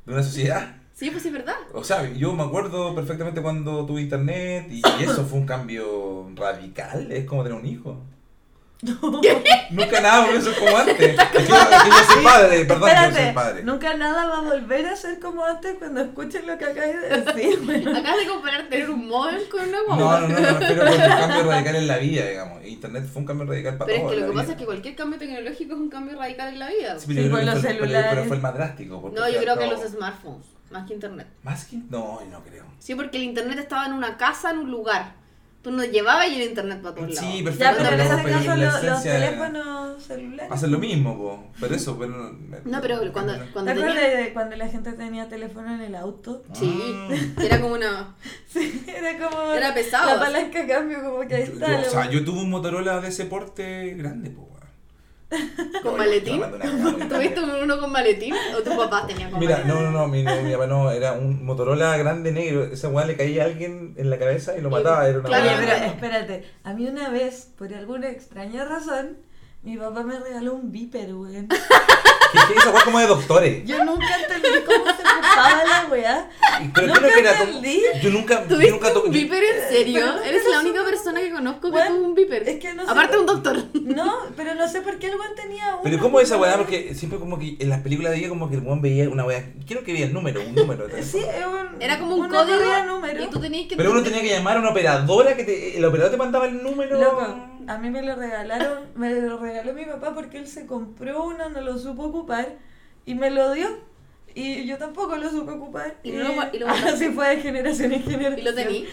S2: de una sociedad.
S4: Sí, pues sí, verdad.
S2: O sea, yo me acuerdo perfectamente cuando tuve internet y, y eso fue un cambio radical, es como tener un hijo. Nunca nada volvió a ser como antes. Es que, es que yo soy padre, Eh, perdón, yo soy
S3: Espérate,
S2: padre.
S3: nunca nada va a volver a ser como antes cuando escuchen lo que acabas de decir. bueno.
S4: Acabas de comparar tener un móvil con una
S2: No,
S4: guagua.
S2: no, no, me refiero a un cambio radical en la vida, digamos. Internet fue un cambio radical para
S4: Pero
S2: todos.
S4: es que
S2: en
S4: lo que
S2: la
S4: pasa es
S2: vida.
S4: que cualquier cambio tecnológico es un cambio radical en la vida.
S2: Sí, pero yo creo
S3: Sí, con
S2: que
S3: los
S2: fue el- pero-
S3: celulares.
S2: Pero fue el más drástico. porque
S4: No, yo creo que
S2: todo-
S4: los smartphones, más que internet.
S2: ¿Más que? No, yo no creo.
S4: Sí, porque el internet estaba en una casa, en un lugar. Tú no llevabas y el internet para todos lados.
S2: Sí,
S3: Ya,
S2: perfecto.
S3: pero en
S2: pero
S3: ese
S2: pero
S3: caso
S2: la
S3: lo- los
S2: esencia-
S3: teléfonos celulares.
S2: Hacen lo mismo, po. Pero eso, pero. No,
S4: No, pero cuando,
S3: ¿Te
S4: cuando
S3: acuerdas
S4: tenía-
S3: de cuando la gente tenía teléfono en el auto?
S4: Sí,
S2: Ah.
S4: era como una...
S3: Sí, era como.
S4: Era pesado.
S3: La palanca a cambio, como que ahí
S2: Yo-
S3: está.
S2: yo- o
S3: lo-
S2: sea, yo tuve un Motorola de ese porte grande, po. weón.
S4: ¿Con
S2: Yo-
S4: maletín?
S2: yo mandé una caga,
S4: ¿Tuviste uno con maletín o tus papás tenían con
S2: Mira,
S4: maletín?
S2: no, no, no, mi, no, mi papá no, era un Motorola grande negro. Esa weá le caía a alguien en la cabeza y lo
S4: Y-
S2: mataba. Era una
S4: claro,
S2: weá-
S3: Oye, pero espérate. A mí una vez, por alguna extraña razón, mi papá me regaló un viper, weón.
S2: ¿Qué, qué? Esa weá como de doctores.
S3: Yo nunca entendí cómo se ocupaba la weá.
S2: Y- Pero
S3: Nunca
S2: creo que era. to-
S3: entendí.
S2: Yo nunca. Yo nunca Eh,
S4: ¿Tuviste
S2: to-
S4: un
S2: yo-
S4: viper en serio?
S3: Pero-
S4: Eres
S3: pero
S4: la
S3: sí.
S4: única persona que conozco que
S3: Bueno,
S4: tuvo un viper.
S3: es que no sé-
S4: Aparte un doctor.
S3: No, pero no sé por qué el weón tenía uno.
S2: Pero ¿cómo esa weá? Porque siempre como que en las películas de ella como que el weón veía una weá. Creo que veía el número, un número. tal.
S3: Sí, es un-
S4: Era como un
S3: una
S4: código
S3: corrida de número.
S4: y tú tenías que...
S2: Pero uno tenía que llamar a una operadora que te. El operador te mandaba el número.
S3: Loco, a mí me lo regalaron, me lo regaló mi papá porque él se compró uno, no lo supo ocupar y me lo dio. Y yo tampoco lo supe ocupar. Eh,
S4: Y no lo gua- y lo guardaste.
S3: así fue de generación en generación.
S4: ¿Y lo tení?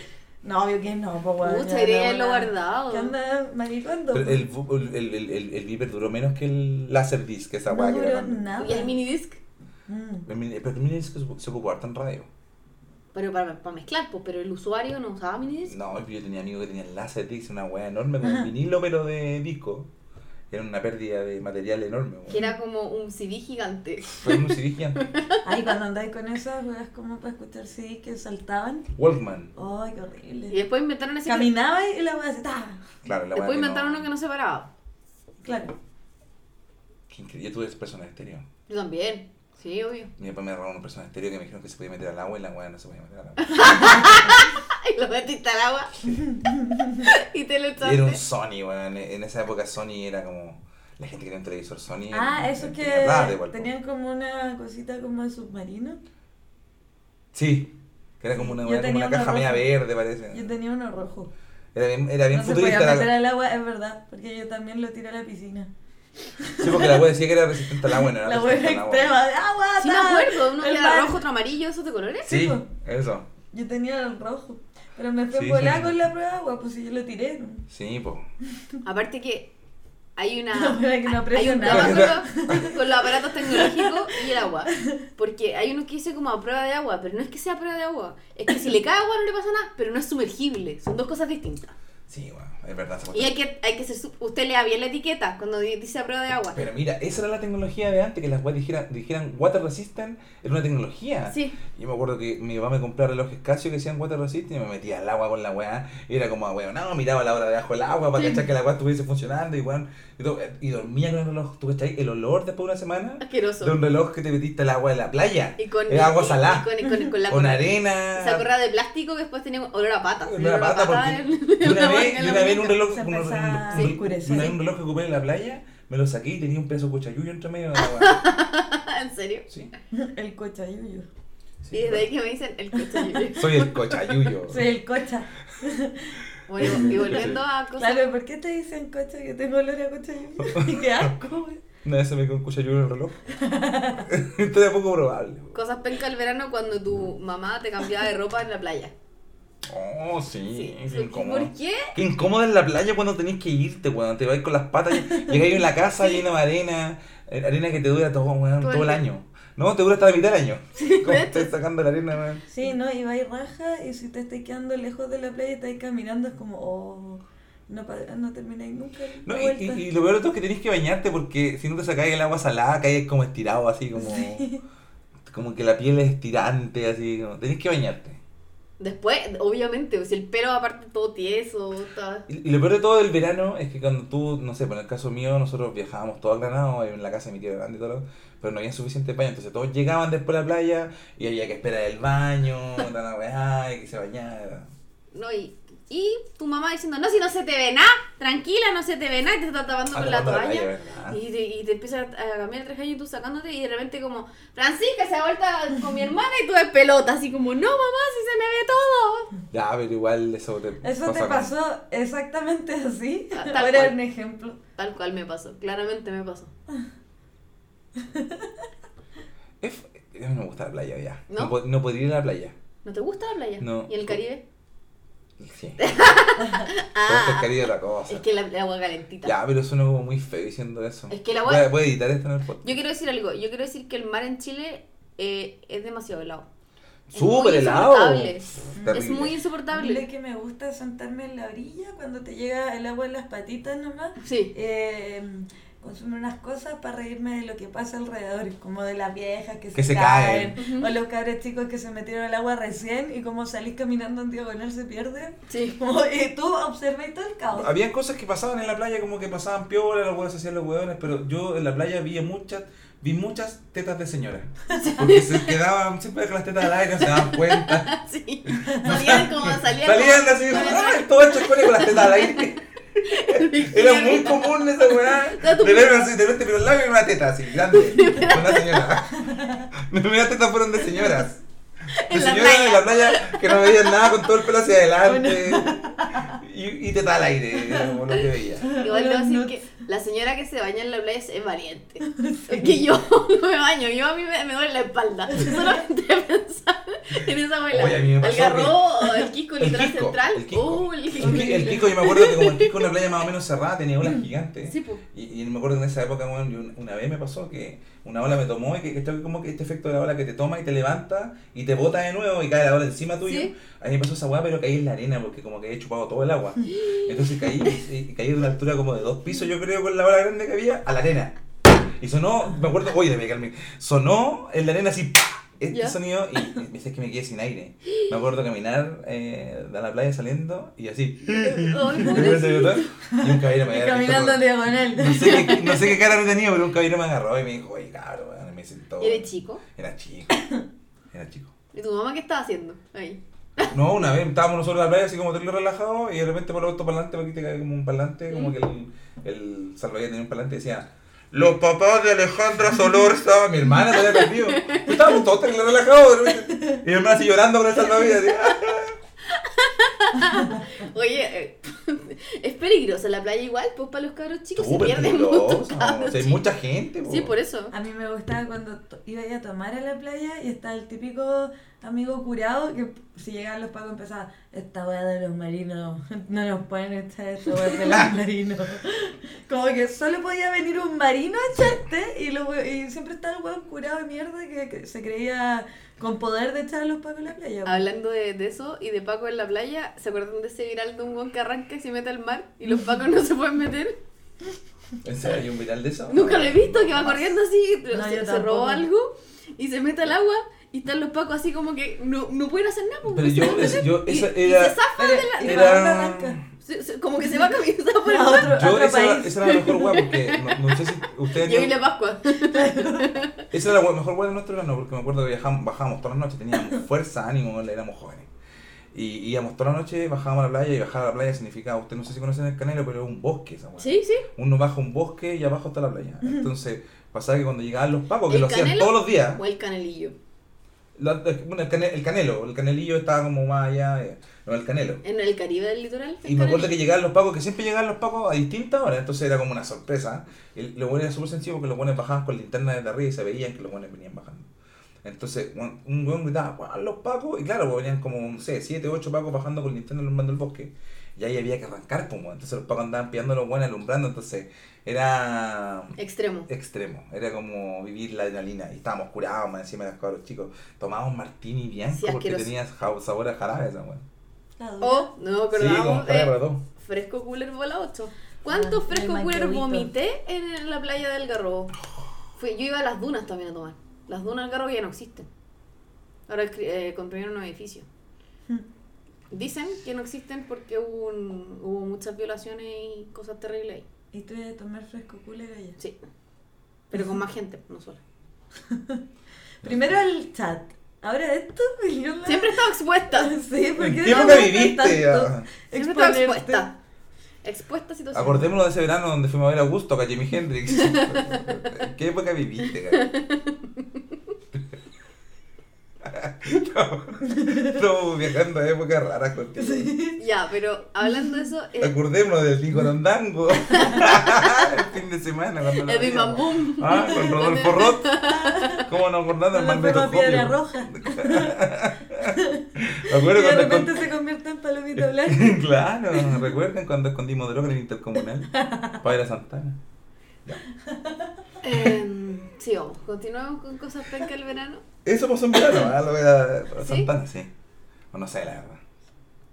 S3: No, obvio que no, pues
S4: Pucha,
S3: bueno.
S4: debería haberlo guardado.
S3: ¿Qué anda, maricondo?
S2: Pero el, bu- el, el, el, el, el Viper duró menos que el Laserdisc, que esa
S3: No
S2: weá que
S3: duró
S2: era grande.
S3: nada.
S4: Y el minidisc.
S3: Mm.
S2: El mini- Pero el minidisc se- se ocupó harto en radio.
S4: Pero para, para mezclar, pues, pero el usuario no usaba minidisc.
S2: No, yo tenía amigos que tenían Laserdisc, una weá enorme, como un vinilo, pero de disco. Era una pérdida de material enorme. weón.
S4: Que era como un CD gigante.
S2: Fue un CD gigante.
S3: Ay, cuando andáis con esas weas como para escuchar sí que saltaban.
S2: Walkman.
S3: Ay, qué
S4: Y
S3: horrible.
S4: después inventaron ese...
S3: Caminaba y la wea se ¡tah!
S2: Claro, la weá. que
S4: Después
S2: no-
S4: inventaron uno que no se paraba.
S3: Claro.
S2: que incre- Yo tuve esa persona de estéreo.
S4: Yo también. Sí, obvio.
S2: Mi papá me robó una persona de estéreo que me dijeron que se podía meter al agua y la weá no se podía meter al agua.
S4: Y lo metiste al agua. y te lo
S2: Y era un
S4: echaste.
S2: Sony, weón. En esa época Sony era como. La gente que tenía un televisor Sony.
S3: Ah,
S2: era-
S3: eso que
S2: tenía plata igual, po.
S3: tenían como una cosita como de submarino.
S2: Sí, que era como una,
S3: Yo
S2: como
S3: tenía
S2: una
S3: una
S2: caja media
S3: roja.
S2: verde, parece.
S3: Yo tenía uno rojo.
S2: Era bien, era bien
S3: no se podía
S2: futurista. la-
S3: meter al agua, es verdad, porque yo también lo tiré a la piscina.
S2: Sí, porque la wea decía que era resistente al agua. no era
S3: La hueá
S2: resistente al agua.
S3: extrema de agua.
S4: Sí me
S3: ta,
S4: acuerdo, uno
S3: el
S4: que era
S3: mar.
S4: rojo, otro amarillo, esos de colores.
S2: Sí, eso.
S3: Yo tenía el rojo, pero me fue
S2: Sí,
S3: volada
S2: sí.
S3: con la prueba de agua, pues si yo lo tiré. ¿no?
S2: Sí, po.
S4: Aparte que hay una
S3: La verdad que no
S4: hay
S3: aprecio
S4: un
S3: nada.
S4: drama con los, con los aparatos tecnológicos y el agua. Porque hay uno que dice como a prueba de agua, pero no es que sea a prueba de agua. Es que si le cae agua no le pasa nada, pero no es sumergible. Son dos cosas distintas.
S2: Sí, bueno, es verdad. esa
S4: Y
S2: cuestión.
S4: hay que, hay que ser su- usted lea bien la etiqueta cuando di- dice a prueba de agua.
S2: Pero mira, esa era la tecnología de antes, que las weas dijeran, dijeran water resistant, era una tecnología.
S4: Sí.
S2: Yo me acuerdo que mi papá me compraba relojes Casio que decían water resistant y me metía al agua con la weá. Y era como, weón, no, miraba la hora debajo del agua para
S4: Sí.
S2: cachar que la weá estuviese funcionando y weón. Y, todo, y dormía con el reloj, ¿tú cachai? El olor después de una semana de
S4: Asqueroso.
S2: un reloj que te metiste al agua de la playa.
S4: Y con,
S2: el agua
S4: y-
S2: salada.
S4: y con, y con- con la
S2: con arena.
S4: Esa correa de plástico que después tenía olor a patas.
S2: Una
S4: Olor a
S2: pata,
S4: pata
S2: porque
S4: en-
S2: yo una
S4: en
S2: vez,
S4: la manga,
S2: yo
S4: en
S2: una
S4: la
S2: vez en un
S4: manga.
S2: reloj,
S3: Se
S2: un, un- un-
S3: empezaba a
S2: un-
S3: oscurecer.
S2: una vez un reloj que ocupé en la playa, me lo saqué y tenía un pedazo de cochayuyo entre medio de la agua.
S4: ¿En serio?
S2: Sí,
S3: El cochayuyo.
S2: sí.
S4: Y desde ahí que me dicen el coche.
S2: Soy el cochayuyo.
S3: Soy el cocha.
S4: Bueno, y volviendo a cosas.
S3: Claro, ¿por qué te dicen cocha? Yo tengo olor a cochayuyo. Y qué asco, güey.
S2: Una vez se me quedó un cochayuyo en el reloj. Esto es poco probable.
S4: Cosas penca el verano cuando tu mamá te cambiaba de ropa en la playa.
S2: Oh, sí, qué incómodo.
S4: ¿Por qué?
S2: Qué incómodo en la playa cuando tenés que irte, weón. Te vas con las patas. Llegáis en la casa llena de arena. eh, Arena que te dura todo, weón,
S4: Todo
S2: todo
S4: el
S2: el año. No, te dura hasta la mitad del año. Como estás sacando la arena, weón.
S3: Sí, no, y vais raja y si te estáis quedando lejos de la playa y estáis caminando es como, oh, no, pa- no termináis nunca.
S2: No,
S3: la
S2: y,
S3: vuelta.
S2: y- y lo peor de todo es que tenés que bañarte porque si no te sacáis el agua salada, caes como estirado, así como. Como que la piel es estirante, así. Como, tenés que bañarte.
S4: Después, obviamente, o sea, el pelo aparte todo tieso, está-
S2: Y, y lo peor de todo del verano es que cuando tú, no sé, por el caso mío, nosotros viajábamos todo a Granado, en la casa de mi tío grande y todo, lo- pero no había suficiente baño, entonces todos llegaban después a la playa y había que esperar el baño, dar la weá, y que se bañara.
S4: No, y, y tu mamá diciendo, no, si no se te ve nada, tranquila, no se te ve nada, y te está tapando
S2: Ah,
S4: con la
S2: tapando la
S4: toalla.
S2: playa, ¿verdad?
S4: Y te, y te empieza a cambiar el traje y tú sacándote y de repente como, Francisca se ha vuelto con mi hermana y tú de pelota, así como, no mamá, si se me ve todo.
S2: Ya, pero igual eso te
S3: Eso te
S2: con-
S3: pasó exactamente así.
S4: Ah, tal
S3: Ahora
S4: cual.
S3: un ejemplo.
S4: Tal cual me pasó, claramente me pasó.
S2: Es- a mí no me gusta la playa ya.
S4: ¿No?
S2: No, pod- no podría ir a la playa.
S4: ¿No te gusta la playa?
S2: No.
S4: ¿Y el Caribe?
S2: Sí. Pero es cariño otra cosa.
S4: Es que la, el agua calentita.
S2: Ya, pero suena como muy feo diciendo eso.
S4: Es que la
S2: voy,
S4: weá-
S2: a, voy a editar esto en el podcast.
S4: Yo quiero decir algo, yo quiero decir que el mar en Chile eh, es demasiado helado. Es
S2: Súper
S4: muy
S2: helado.
S4: insoportable. Es
S2: Terrible.
S4: muy
S3: A mí lo
S4: insoportable.
S3: que me gusta es sentarme en la orilla cuando te llega el agua en las patitas nomás.
S4: Sí.
S3: Eh, consumo unas cosas para reírme de lo que pasa alrededor, como de las viejas que,
S2: Que se
S3: se, caen,
S2: caen.
S3: o los cabros chicos que se metieron al agua recién y como salís caminando en diagonal se pierden.
S4: Sí.
S3: Como, y tú observáis todo el caos.
S2: Habían cosas que pasaban en la playa, como que pasaban piola, los hueones hacían los hueones, pero yo en la playa vi muchas, vi muchas tetas de señoras. Porque se quedaban siempre con las tetas al aire, no se daban cuenta.
S4: Sí. Salían como salían.
S2: Salían
S4: como-
S2: así, ¡ay, todo el chascone con las tetas al aire! Era muy común esa weá.
S4: Da tu-
S2: De ver así, de repente, pero al lado y una teta así, grande, con una señora. Mis primeras tetas fueron de señoras. De
S4: En la
S2: señoras
S4: playa.
S2: de la playa que no veían nada con todo el pelo hacia adelante. Y, y teta al aire, era como lo que veía.
S4: Igual debo
S3: Los
S4: decir
S3: nuts.
S4: que la señora que se baña en la playa es, es valiente. Es que yo no me baño, yo a mí me, me duele la espalda. Solamente de pensar en esa abuela.
S2: Oye, a mí me
S4: Al
S2: pasó
S4: garro, el Kiko, el,
S2: El
S4: litoral
S2: Kiko,
S4: central.
S2: el Kiko.
S4: Uh, el
S2: El, Ki- el Kiko, yo me acuerdo que como el Kiko en una playa más o menos cerrada tenía olas gigantes.
S4: Sí, pues. po.
S2: Y, y me acuerdo que en esa época, weón, yo un- una vez me pasó que una ola me tomó y que, que esto es como que este efecto de la ola que te toma y te levanta y te bota de nuevo y cae la ola encima tuyo.
S4: Sí.
S2: A mí me pasó esa weá, pero caí en la arena porque como que he chupado todo el agua. Entonces caí, y caí de una altura como de dos pisos, yo creo, con la ola grande que había, a la arena. Y sonó, me acuerdo, oye, debía calmarme. Sonó en la arena así, ¡pa! este
S4: Ya.
S2: sonido, y y me dices que me quedé sin aire. Me acuerdo caminar eh, a la playa saliendo y así.
S4: Ay,
S2: Me puse de botón, y un caballero me
S3: Y
S2: agarró.
S3: caminando en
S2: No
S3: diagonal.
S2: sé, qué, no sé qué cara me tenía, pero un caballero me agarró y me dijo, oye, cabrón, weón", y me sentó.
S4: ¿Y eres chico?
S2: Era chico. Era chico.
S4: ¿Y tu mamá qué estaba haciendo? Ahí.
S2: No, una vez estábamos nosotros en la playa así como terrible relajados y de repente por el autoparlante, porque te cae como un parlante, como que el, el salvavidas tenía un parlante y decía Los papás de Alejandra Solorza, mi hermana se había perdido. Estábamos todos terrible relajados de repente, y mi hermana así llorando con el salvavidas. así, "Ah".
S4: Oye, eh, es peligrosa la playa igual, pues para los cabros chicos se
S2: Súper
S4: pierden
S2: peligroso,
S4: mucho.
S2: o
S4: cabros
S2: sea, hay
S4: chicos.
S2: mucha gente.
S4: Sí,
S2: po.
S4: por eso.
S3: A mí me gustaba cuando to- iba a, a tomar a la playa y estaba el típico amigo curado que si llegaban los pagos empezaba, esta weá de los marinos, no nos pueden echar esta weá de los marinos. Como que solo podía venir un marino a echarte y, lo, we- y siempre estaba el weón curado de mierda que, que se creía con poder de echar a los pagos a la playa.
S4: Hablando de, de eso y de Paco en la playa, ¿se acuerdan de ese viral de un guan que arranca y se mete al mar y los Pacos no se pueden meter?
S2: ¿En serio hay un viral de eso?
S4: Nunca lo he visto, que va corriendo así, pero
S3: No,
S4: se,
S3: yo
S4: se robó
S3: tampoco.
S4: algo y se mete al agua y están los Pacos así como que no, no pueden hacer nada. pues,
S2: Pero
S4: no se
S2: yo-
S4: pueden
S2: es-
S4: meter.
S2: yo-
S4: Y-
S2: esa
S4: y
S2: era-
S4: se zafa de la-
S3: Y para
S2: Era.
S3: dónde arranca.
S4: se- se- como que se va caminando por el
S3: A
S4: mar.
S3: otro,
S2: Yo,
S3: otro
S2: esa,
S3: país.
S2: esa era la mejor weá, porque no, no sé si ustedes.
S4: Y hoy
S2: no-
S4: la Pascua.
S2: Esa era la we- mejor weá de nuestro verano, porque me acuerdo que viajamos, bajábamos todas las noches, teníamos fuerza, ánimo, éramos jóvenes. Y íbamos toda la noche, bajábamos a la playa y bajar a la playa significaba, ustedes no sé si conocen el canelo, pero es un bosque esa weá.
S4: Sí, sí.
S2: Uno baja un bosque y abajo está la playa. Entonces, pasaba que cuando llegaban los pacos, que
S4: ¿El
S2: lo hacían
S4: Canelo?
S2: todos los días,
S4: O el canelillo.
S2: la- bueno, el, cane- el canelo, el canelillo estaba como más allá, eh, no, el canelo.
S4: En el Caribe del litoral. el
S2: Y me acuerdo que
S4: canelillo.
S2: llegaban los pacos, que siempre llegaban los pacos a distintas horas, entonces era como una sorpresa. Y lo bueno era súper sencillo porque los buenos bajaban con linterna desde arriba y se veían que los buenos venían bajando. Entonces, un un weón gritaba, "Weón, los pacos! Y claro, pues, venían como, no sé, 7, 8 pacos bajando con linterna alumbrando el bosque. Y ahí había que arrancar, pues, weón. entonces los pacos andaban pillando a los buenos alumbrando, entonces era
S4: Extremo.
S2: extremo, era como vivir la adrenalina. Y estábamos curados, más encima de los cabros chicos. Tomábamos martini bianco
S4: Sí,
S2: porque
S4: asqueroso.
S2: tenía ja- sabor a jarabe esa weón.
S3: La dura.
S4: O, no me
S2: Sí, como
S4: acordábamos
S2: jarabe
S4: de
S2: para todo.
S4: Fresco Cooler Bola 8. ¿Cuántos
S3: Ah,
S4: Fresco
S3: el
S4: Cooler
S3: microbito.
S4: vomité en la playa del Garrobo? Fui, yo iba a las dunas también a tomar. Las dunas del Garrobo ya no existen. Ahora escri- eh, construyeron un edificio.
S3: Hmm.
S4: Dicen que no existen porque hubo, un- hubo muchas violaciones y cosas terribles ahí.
S3: Y tuve que tomar fresco culero allá.
S4: Sí. Pero con más gente, no sola.
S3: Primero el chat. Ahora esto, y yo la-
S4: Siempre he estado expuesta.
S3: Sí, porque
S2: ¿En qué época viviste? Ah.
S4: Siempre he estado expuesta. Expuesta a situaciones.
S2: Acordémonos de ese verano donde fuimos a ver a Augusto, a Jimi Hendrix. ¿En qué época viviste, cara? Estamos viajando a épocas raras contigo.
S4: Ya, pero hablando de eso, eh,
S2: Acordémonos del Licorondango. El fin de semana cuando lo
S4: el Bim Bam
S2: veíamos.
S4: Boom.
S2: Ah, con Rodolfo Roth. ¿Cómo nos acordamos del
S3: Con la forma piedra
S2: magnetoscopio?
S3: roja.
S2: Me
S3: Y
S2: acuerdo
S3: de
S2: cuando
S3: repente se convierte en palomita blanca.
S2: claro, recuerden cuando escondimos droga en el intercomunal para ir a Santana.
S4: Em, sí, vamos, continuamos con cosas pencas el verano.
S2: Eso pasó en verano, ¿ah? Lo voy a- para
S4: ¿Sí?
S2: Santana, sí. O no sé, la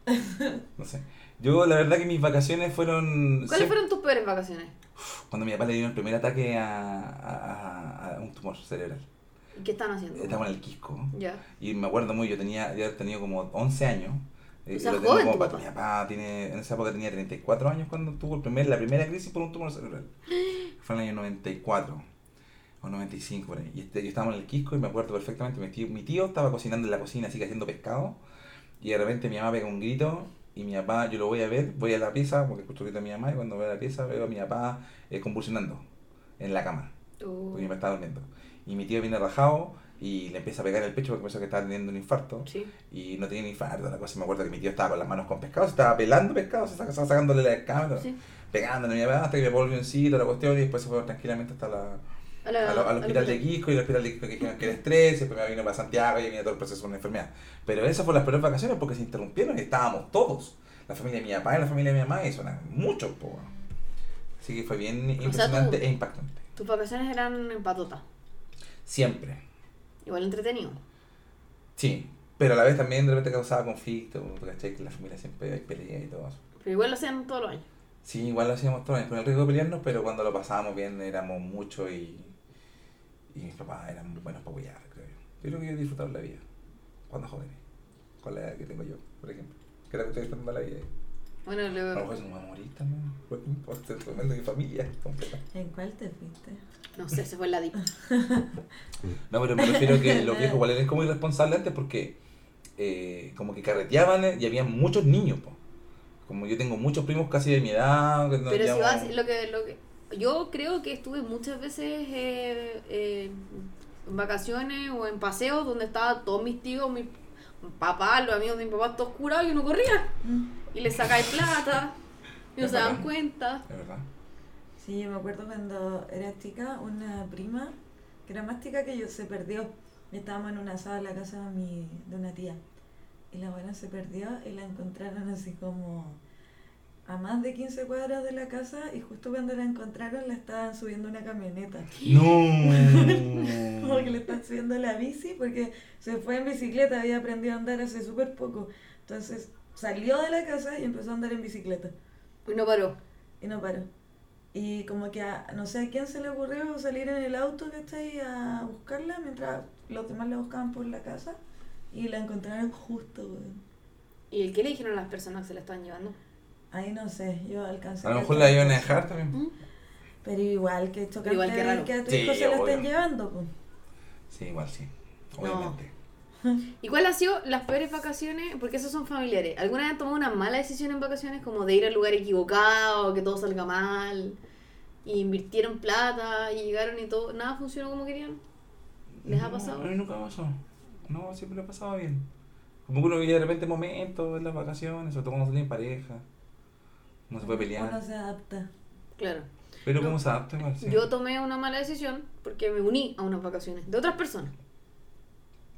S2: verdad. No sé. Yo, la verdad, que mis vacaciones fueron.
S4: ¿Cuáles
S2: siempre-
S4: fueron tus peores vacaciones?
S2: Cuando mi papá le dieron el primer ataque a, a- a- a un tumor cerebral.
S4: ¿Y qué están haciendo?
S2: Estaba en el Quisco.
S4: Ya.
S2: Y me acuerdo muy, yo tenía, yo había tenido como 11 años. eh,
S4: O
S2: y
S4: sea,
S2: lo tengo
S4: joven
S2: como
S4: tu
S2: pat-
S4: papá.
S2: Mi papá tiene, en esa época tenía 34 años cuando tuvo el primer, la primera crisis por un tumor cerebral. Fue en el año 94 o 95 por ahí. Y este, yo estábamos en el Quisco y me acuerdo perfectamente. Mi tío, mi tío estaba cocinando en la cocina, así que haciendo pescado. Y de repente mi mamá pega un grito y mi papá, yo lo voy a ver, voy a la pieza, porque escucho el grito de mi mamá y cuando veo la pieza veo a mi papá eh, convulsionando en la cama
S4: Oh,
S2: porque me estaba durmiendo. Y mi tío viene rajado y le empieza a pegar en el pecho porque pensó que estaba teniendo un infarto.
S4: Sí.
S2: Y no tenía ni infarto, la cosa. Me acuerdo que mi tío estaba con las manos con pescado, se estaba pelando pescado, se estaba sacándole la cámara,
S4: Sí.
S2: pegándole a mi papá hasta que me volvió un sitio, la cuestión, y después se fue tranquilamente hasta la,
S4: A la-
S2: a lo- al
S4: al
S2: hospital de Quisco y el hospital de Quisco que dijeron que era estrés, y después me vino para Santiago y venía todo el proceso de una enfermedad. Pero esas fueron las peores vacaciones porque se interrumpieron y estábamos todos. La familia de mi papá y la familia de mi mamá, y suenan muchos, po. Así que fue bien
S4: tú-
S2: impresionante e impactante.
S4: Tus vacaciones eran en patota.
S2: Siempre.
S4: Igual entretenido.
S2: Sí, pero a la vez también de repente causaba conflicto, ¿cachai? Que en la familia siempre hay peleas y todo eso.
S4: Pero igual lo hacían todos los años.
S2: Sí, igual lo hacíamos todos con el riesgo de pelearnos, pero cuando lo pasábamos bien éramos muchos y, y mis papás eran buenos para apoyar, creo yo. Yo creo que yo he disfrutado la vida cuando jóvenes, con la edad que tengo yo, por ejemplo. Creo que estoy disfrutando la vida.
S4: Bueno,
S2: A lo
S4: luego.
S2: mejor eso no pues. va a morir también, pues no importa, estoy de mi familia completa.
S3: ¿En cuál te fuiste?
S4: No sé, se fue la dip.
S2: No, pero me refiero que los viejos igual eran como irresponsables antes porque eh, como que carreteaban eh, y había muchos niños, po. Como yo tengo muchos primos casi de mi edad. que nos
S4: Pero si
S2: llevamos-
S4: vas, lo que, lo que, yo creo que estuve muchas veces eh, eh, en vacaciones o en paseos donde estaban todos mis tíos, mi papá, los amigos de mi papá, todos curados y uno corría.
S3: Mm.
S4: Y le sacáis plata. Y no
S2: Es
S4: se dan
S2: bacán.
S4: cuenta.
S2: Es verdad.
S3: Sí, yo me acuerdo cuando era chica, una prima, que era más chica que yo, se perdió. Y Estábamos en una sala en la casa de, mi, de una tía. Y la buena se perdió y la encontraron así como a más de 15 cuadras de la casa y justo cuando la encontraron la estaban subiendo a una camioneta. Como que
S2: No.
S3: le están subiendo la bici porque se fue en bicicleta, había aprendido a andar hace súper poco. Entonces salió de la casa y empezó a andar en bicicleta.
S4: Y no paró.
S3: Y no paró. Y como que a, no sé a quién se le ocurrió salir en el auto, ¿cachai? A buscarla mientras los demás la buscaban por la casa. Y la encontraron justo, weón.
S4: ¿Y el qué le dijeron a las personas que se la estaban llevando?
S3: Ahí no sé, yo alcancé.
S2: A lo mejor
S3: cachar.
S2: la iban a dejar
S4: ¿Mm?
S2: también.
S3: Pero igual que chocante
S4: Igual que
S3: ver
S4: raro.
S3: que a tu
S2: Sí,
S3: hijo se la estén
S2: obvio.
S3: llevando, pues.
S2: Sí, igual sí. Obviamente.
S4: ¿Y cuál ha sido las peores vacaciones? Porque esos son familiares. ¿Alguna vez han tomado una mala decisión en vacaciones como de ir al lugar equivocado, que todo salga mal? Y invirtieron plata y llegaron y todo, nada funcionó como querían. ¿Les ha
S2: No,
S4: pasado?
S2: A mí nunca me pasó. No, siempre lo he pasado bien. Como que uno vive de repente momentos en las vacaciones, sobre todo cuando tiene pareja. No se puede
S3: Uno
S2: pelear.
S3: se adapta.
S4: Claro.
S2: Pero
S4: No.
S2: como se adapta igual, sí.
S4: Yo tomé una mala decisión porque me uní a unas vacaciones de otras personas.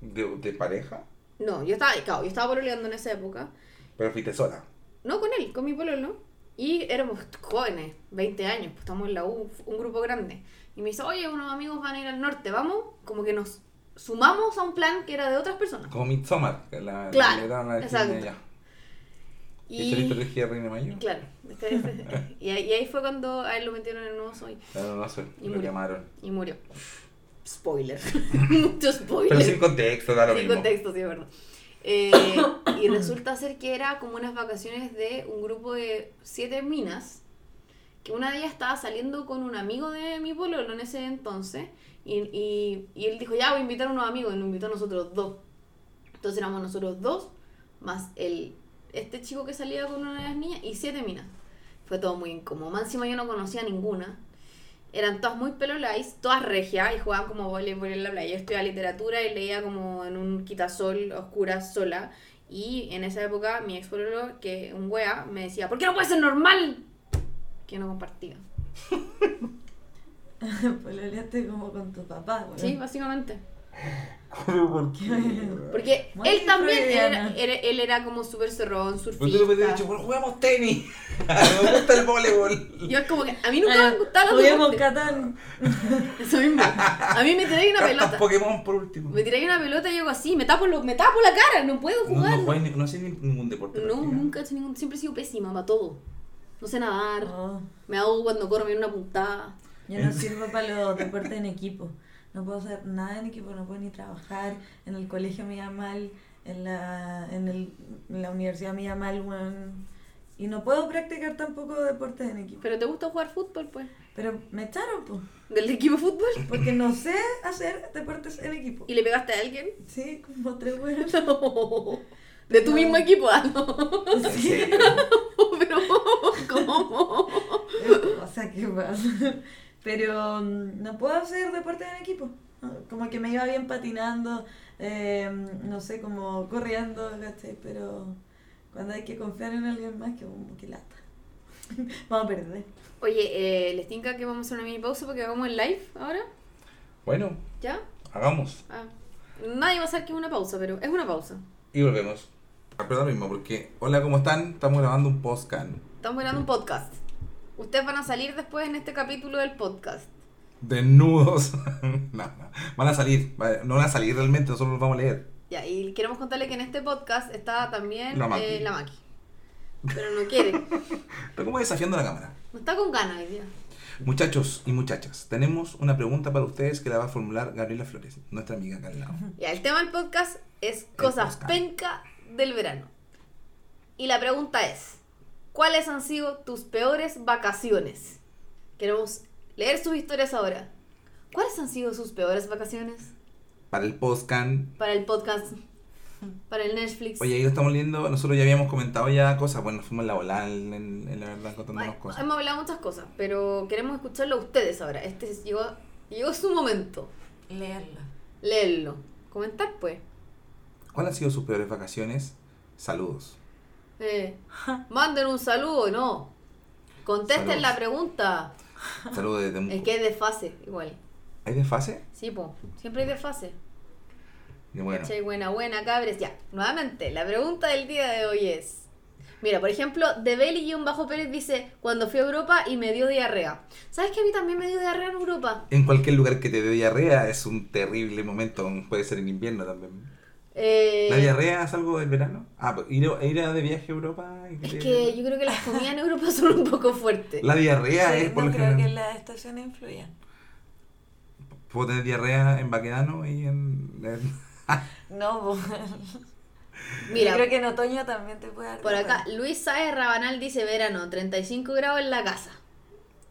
S2: ¿De, de pareja?
S4: No, yo estaba, claro, yo estaba pololeando en esa época.
S2: Pero fuiste sola.
S4: No con él, con mi pololo. Y éramos jóvenes, 20 años, pues estamos en la U, un grupo grande. Y me dice, oye, unos amigos van a ir al norte, vamos. Como que nos sumamos a un plan que era de otras personas.
S2: Como Midsommar, que la la
S4: Claro,
S2: le daban la
S4: exacto.
S2: Virginia allá. ¿Y
S4: Y,
S2: saliste elegida Reina Mayo?
S4: claro, este- y, ahí, y ahí fue cuando a él lo metieron en el nuevo soy
S2: Claro, no sé,
S4: Y
S2: lo
S4: murió.
S2: llamaron.
S4: y murió. Spoiler. Mucho spoiler.
S2: Pero sin contexto, da lo
S4: Sin
S2: mismo.
S4: contexto, sí, es verdad. Eh, y resulta ser que era como unas vacaciones de un grupo de siete minas, que una de ellas estaba saliendo con un amigo de mi pueblo en ese entonces, y, y, y él dijo, ya voy a invitar a unos amigos, y nos invitó a nosotros dos. Entonces éramos nosotros dos, más el, este chico que salía con una de las niñas, y siete minas. Fue todo muy incómodo. Más encima yo no conocía ninguna. Eran todas muy pelolais, todas regias, y jugaban como voleibol en la playa. Yo estudiaba literatura y leía como en un quitasol oscura sola. Y en esa época mi ex pololo, que un wea, me decía, ¿por qué no puede ser normal? Que yo no compartía.
S3: pues lo liaste como con tu papá, weón.
S4: Sí, básicamente.
S2: ¿Por qué?
S4: Porque
S3: Muy
S4: él también era,
S3: freudiana.
S4: era- él era como súper cerrón,
S2: Porque tú le puedes haber
S4: surfista.
S2: dicho, bueno, jugamos tenis. Me gusta el voleibol.
S4: Yo es como que a mí nunca me gustaron los
S3: Juguemos
S4: deportes.
S3: Catán.
S4: Eso mismo. A mí me tiráis una
S2: Cartas
S4: pelota.
S2: Pokémon por último.
S4: Me tiráis una pelota y yo hago así, me tapo, lo- me tapo la cara, no puedo
S2: No,
S4: jugar.
S2: no, juegas ni- no haces ningún deporte.
S4: No,
S2: prácticamente.
S4: nunca he hecho ningún. Siempre he sido pésima para todo. No sé nadar,
S3: No,
S4: me hago cuando corro, me viene una puntada.
S3: yo no sirvo para los deportes en equipo. No puedo hacer nada en equipo, no puedo ni trabajar. En el colegio me iba mal, en la, en el- en la universidad me iba mal, weón. Y no puedo practicar tampoco deportes en equipo.
S4: Pero te gusta jugar fútbol, pues.
S3: Pero me echaron, pues.
S4: Del equipo de fútbol.
S3: Porque no sé hacer deportes en equipo.
S4: ¿Y le pegaste a alguien?
S3: Sí, como tres weones.
S4: No. De tu
S3: No.
S4: mismo equipo, ah, no.
S2: ¿En serio?
S4: Pero, ¿cómo?
S3: O sea, ¿qué pasa? Pero mm, no puedo hacer deporte en equipo. ¿no? Como que me iba bien patinando, eh, no sé, como corriendo, ¿cachai? Pero cuando hay que confiar en alguien más, que, como que lata. Vamos a perder.
S4: Oye, eh, les tinca que vamos a hacer una mini pausa porque hagamos el live ahora.
S2: Bueno,
S4: ¿Ya?
S2: hagamos.
S4: Ah. Nadie va a saber que es una pausa, pero es una pausa.
S2: Y volvemos. Pero lo mismo, porque. Hola, ¿cómo están? Estamos grabando un podcast.
S4: Estamos grabando un podcast. Ustedes van a salir después en este capítulo del podcast.
S2: Desnudos. no, no. Van a salir. va- No van a salir realmente, nosotros los vamos a leer.
S4: Ya, y queremos contarle que en este podcast está también eh,
S2: La
S4: la
S2: Maki.
S4: Maki. Pero no quiere. No
S2: Está como desafiando la cámara.
S4: está con ganas hoy día.
S2: Muchachos y muchachas, tenemos una pregunta para ustedes que la va a formular Gabriela Flores, nuestra amiga acá al lado.
S4: Ya, el tema del podcast es cosas
S2: podcast.
S4: penca del verano. Y la pregunta es, ¿cuáles han sido tus peores vacaciones? Queremos leer sus historias ahora. ¿Cuáles han sido sus peores vacaciones?
S2: Para el podcast.
S4: Para el podcast, para el Netflix.
S2: Oye, ahí lo estamos leyendo. Nosotros ya habíamos comentado ya cosas. Bueno, nos fuimos en la volada, en, en- en la verdad, contándonos
S4: Bueno,
S2: cosas.
S4: Hemos hablado muchas cosas, pero queremos escucharlo a ustedes ahora. Este es- llegó, llegó su momento.
S3: Leerla.
S4: Leerlo. Comentar, pues.
S2: ¿Cuáles han sido sus peores vacaciones? Saludos.
S4: Eh, manden un saludo, no. Contesten
S2: Salud.
S4: la pregunta.
S2: Saludos desde Temuco.
S4: Es que es desfase, igual.
S2: ¿Hay desfase?
S4: Sí, po. Siempre hay desfase.
S2: Y Bueno,
S4: ¿Cachai? Buena, buena, cabres. Ya, nuevamente, la pregunta del día de hoy es. Mira, por ejemplo, de Belly-Pérez dice, cuando fui a Europa y me dio diarrea. ¿Sabes que a mí también me dio diarrea en Europa?
S2: en cualquier lugar que te dé diarrea es un terrible momento. Puede ser en invierno también.
S4: Eh,
S2: ¿La diarrea es algo del verano? Ah, pues, ir, ir de viaje a Europa. y
S4: es
S2: te-
S4: que yo creo que las comidas en Europa son un poco fuertes.
S2: La diarrea
S3: Sí,
S2: es por
S3: no
S2: lo
S3: creo
S2: general.
S3: que las estaciones influyan.
S2: Puedo tener diarrea en Baquedano y en. en-
S3: No, po.
S4: Mira,
S3: Yo creo que en otoño también te puede dar.
S4: por acá,
S3: diarrea.
S4: Luis Saez Rabanal dice, verano, 35 grados en la casa.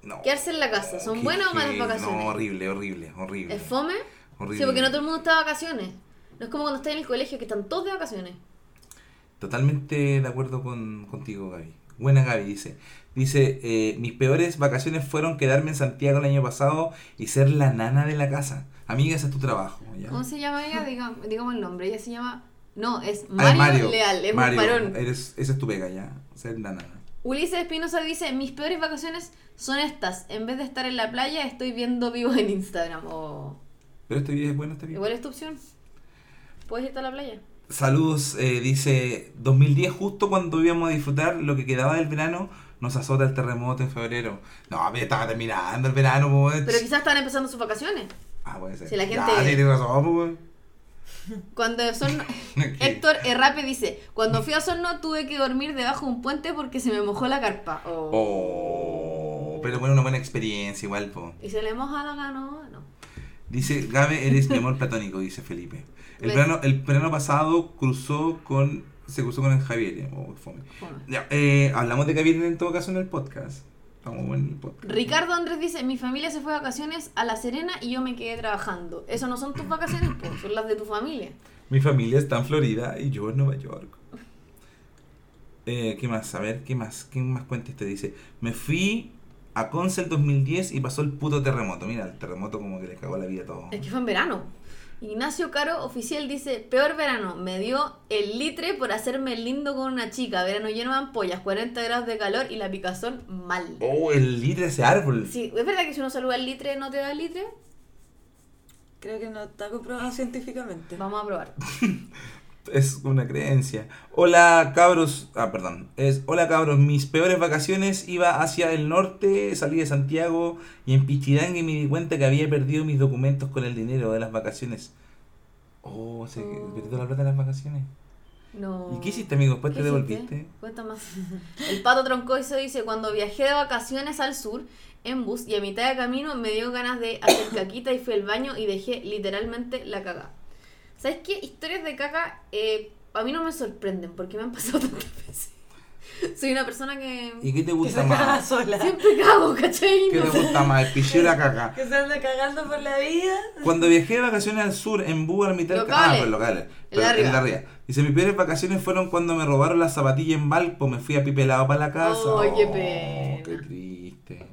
S2: No.
S4: Quedarse en la casa, ¿son
S2: Qué-
S4: buenas o malas
S2: qué-
S4: vacaciones?
S2: No, horrible, horrible, horrible.
S4: ¿Es fome?
S2: Horrible.
S4: Sí, porque no todo el mundo está de vacaciones. No es como cuando estás en el colegio, que están todos de vacaciones.
S2: Totalmente de acuerdo con, contigo, Gaby. Buena Gaby, dice. Dice, eh, mis peores vacaciones fueron quedarme en Santiago el año pasado y ser la nana de la casa. Amiga, ese es tu trabajo. ¿ya?
S4: ¿Cómo se llama ella? Diga- digamos el nombre. Ella se llama. No, es
S2: Ah,
S4: Mario, Leal, es
S2: Mario,
S4: un varón.
S2: Eres, esa es tu pega, ya. Ser la nana.
S4: Ulises Espinosa dice: Mis peores vacaciones son estas. En vez de estar en la playa, estoy viendo vivos en Instagram. O...
S2: Pero este video es bueno, este video.
S4: Igual es tu opción. Puedes irte a la playa.
S2: Saludos, eh, dice 2010, justo cuando íbamos a disfrutar lo que quedaba del verano, nos azota el terremoto en febrero. No, pero estaba terminando el verano, po, weón.
S4: Pero quizás están empezando sus vacaciones.
S2: Ah, puede ser.
S4: si la
S2: Ya,
S4: gente-
S2: sí, tiene razón, po, weón.
S4: Cuando son. Héctor Errape dice: Cuando fui a Osorno tuve que dormir debajo de un puente porque se me mojó la carpa. O...
S2: Oh, pero bueno, una buena experiencia igual, po.
S4: Y se le moja la canoa. No.
S2: Dice, Gabe, eres mi amor platónico, dice Felipe. El
S4: Ves.
S2: verano, el verano pasado cruzó con... Se cruzó con el Javier. Oh, qué fome.
S4: fome.
S2: Ya, eh, hablamos de Javier en todo caso en el podcast. Estamos en el podcast.
S4: Ricardo Andrés dice, mi familia se fue de vacaciones a La Serena y yo me quedé trabajando. Eso no son tus vacaciones, po, son las de tu familia.
S2: Mi familia está en Florida y yo en Nueva York. Eh, ¿Qué más? A ver, ¿qué más? ¿Qué más cuenta este? Dice, me fui a Conce el 2010 y pasó el puto terremoto. Mira, el terremoto como que le cagó la vida a todos.
S4: Es que fue en verano. Ignacio Caro, oficial, dice, peor verano, me dio el litre por hacerme el lindo con una chica. Verano lleno de ampollas, 40 grados de calor y la picazón mal.
S2: Oh, el litre de ese árbol.
S4: Sí, ¿es verdad que si uno saluda el litre no te da el litre?
S3: Creo que no está comprobado científicamente.
S4: Vamos a probar.
S2: Es una creencia. Hola cabros. Ah, perdón. Es hola cabros. Mis peores vacaciones iba hacia el norte, salí de Santiago y en Pichidangui me di cuenta que había perdido mis documentos con el dinero de las vacaciones. Oh, se
S4: Oh.
S2: perdió la plata de las vacaciones.
S4: No.
S2: ¿Y qué hiciste, amigo? Después te
S4: ¿Qué
S2: devolviste.
S4: hiciste? Cuenta más. El pato troncoizo dice, cuando viajé de vacaciones al sur en bus y a mitad de camino me dio ganas de hacer caquita y fui al baño y dejé literalmente la caca. ¿Sabes qué? Historias de caca eh, a mí no me sorprenden porque me han pasado tantas veces. Soy una persona que
S2: ¿Y qué te
S3: Que
S2: gusta
S3: se caga
S2: más?
S3: sola.
S4: siempre cago, ¿cachai?
S2: ¿Qué te
S4: Ah, No.
S2: gusta más? ¿El picheo o la caca?
S3: Que se anda cagando por la vida.
S2: Cuando viajé de vacaciones al sur, en Búho, al mitad
S4: Locales.
S2: Ah, pues locales. Pero
S4: Larga.
S2: en Larga. Dice, mis peores vacaciones fueron cuando me robaron la zapatilla en Valpo, me fui a pipelado para la casa. Oh,
S4: Ay, Oh, qué pena.
S2: Qué triste.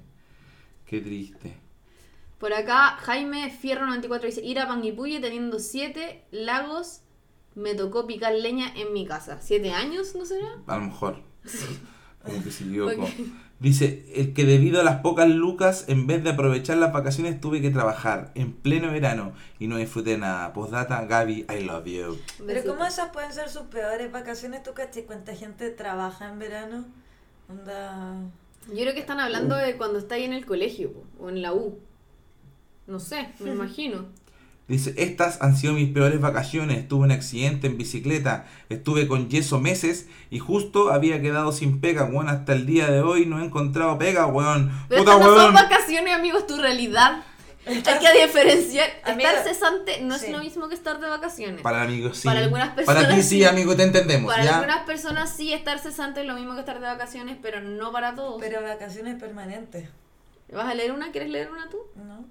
S2: Qué triste.
S4: Por acá, Jaime Fierro 94 dice, ir a Panguipulli teniendo siete lagos, me tocó picar leña en mi casa. ¿Siete años, no será?
S2: A lo mejor. Como que se equivocó.
S4: Ok.
S2: Dice, el que debido a las pocas lucas, en vez de aprovechar las vacaciones, tuve que trabajar en pleno verano y no disfruté nada. Postdata, Gaby, I love you.
S3: Pero ¿cómo esas pueden ser sus peores vacaciones? ¿Tú caché cuánta gente trabaja en verano? Onda...
S4: Yo creo que están hablando de cuando está ahí en el colegio po, o en la U. No sé, me imagino.
S2: Dice, estas han sido mis peores vacaciones. Tuve un accidente en bicicleta, estuve con yeso meses y justo había quedado sin pega, weón. Hasta el día de hoy no he encontrado pega, weón.
S4: Pero
S2: Puta,
S4: estas no
S2: weón.
S4: son vacaciones, amigos, tu realidad. Hay que diferenciar.
S3: Amigo,
S4: Estar cesante no es
S3: sí.
S4: lo mismo que estar de vacaciones. Para,
S2: Para amigos, sí.
S4: Para algunas personas
S2: Para ti sí,
S4: sí.
S2: amigo, te entendemos. ¿ya?
S4: algunas personas sí, estar cesante es lo mismo que estar de vacaciones, pero no para todos.
S3: Pero vacaciones permanentes,
S4: ¿Vas a leer una? ¿Quieres leer una tú?
S3: ¿no?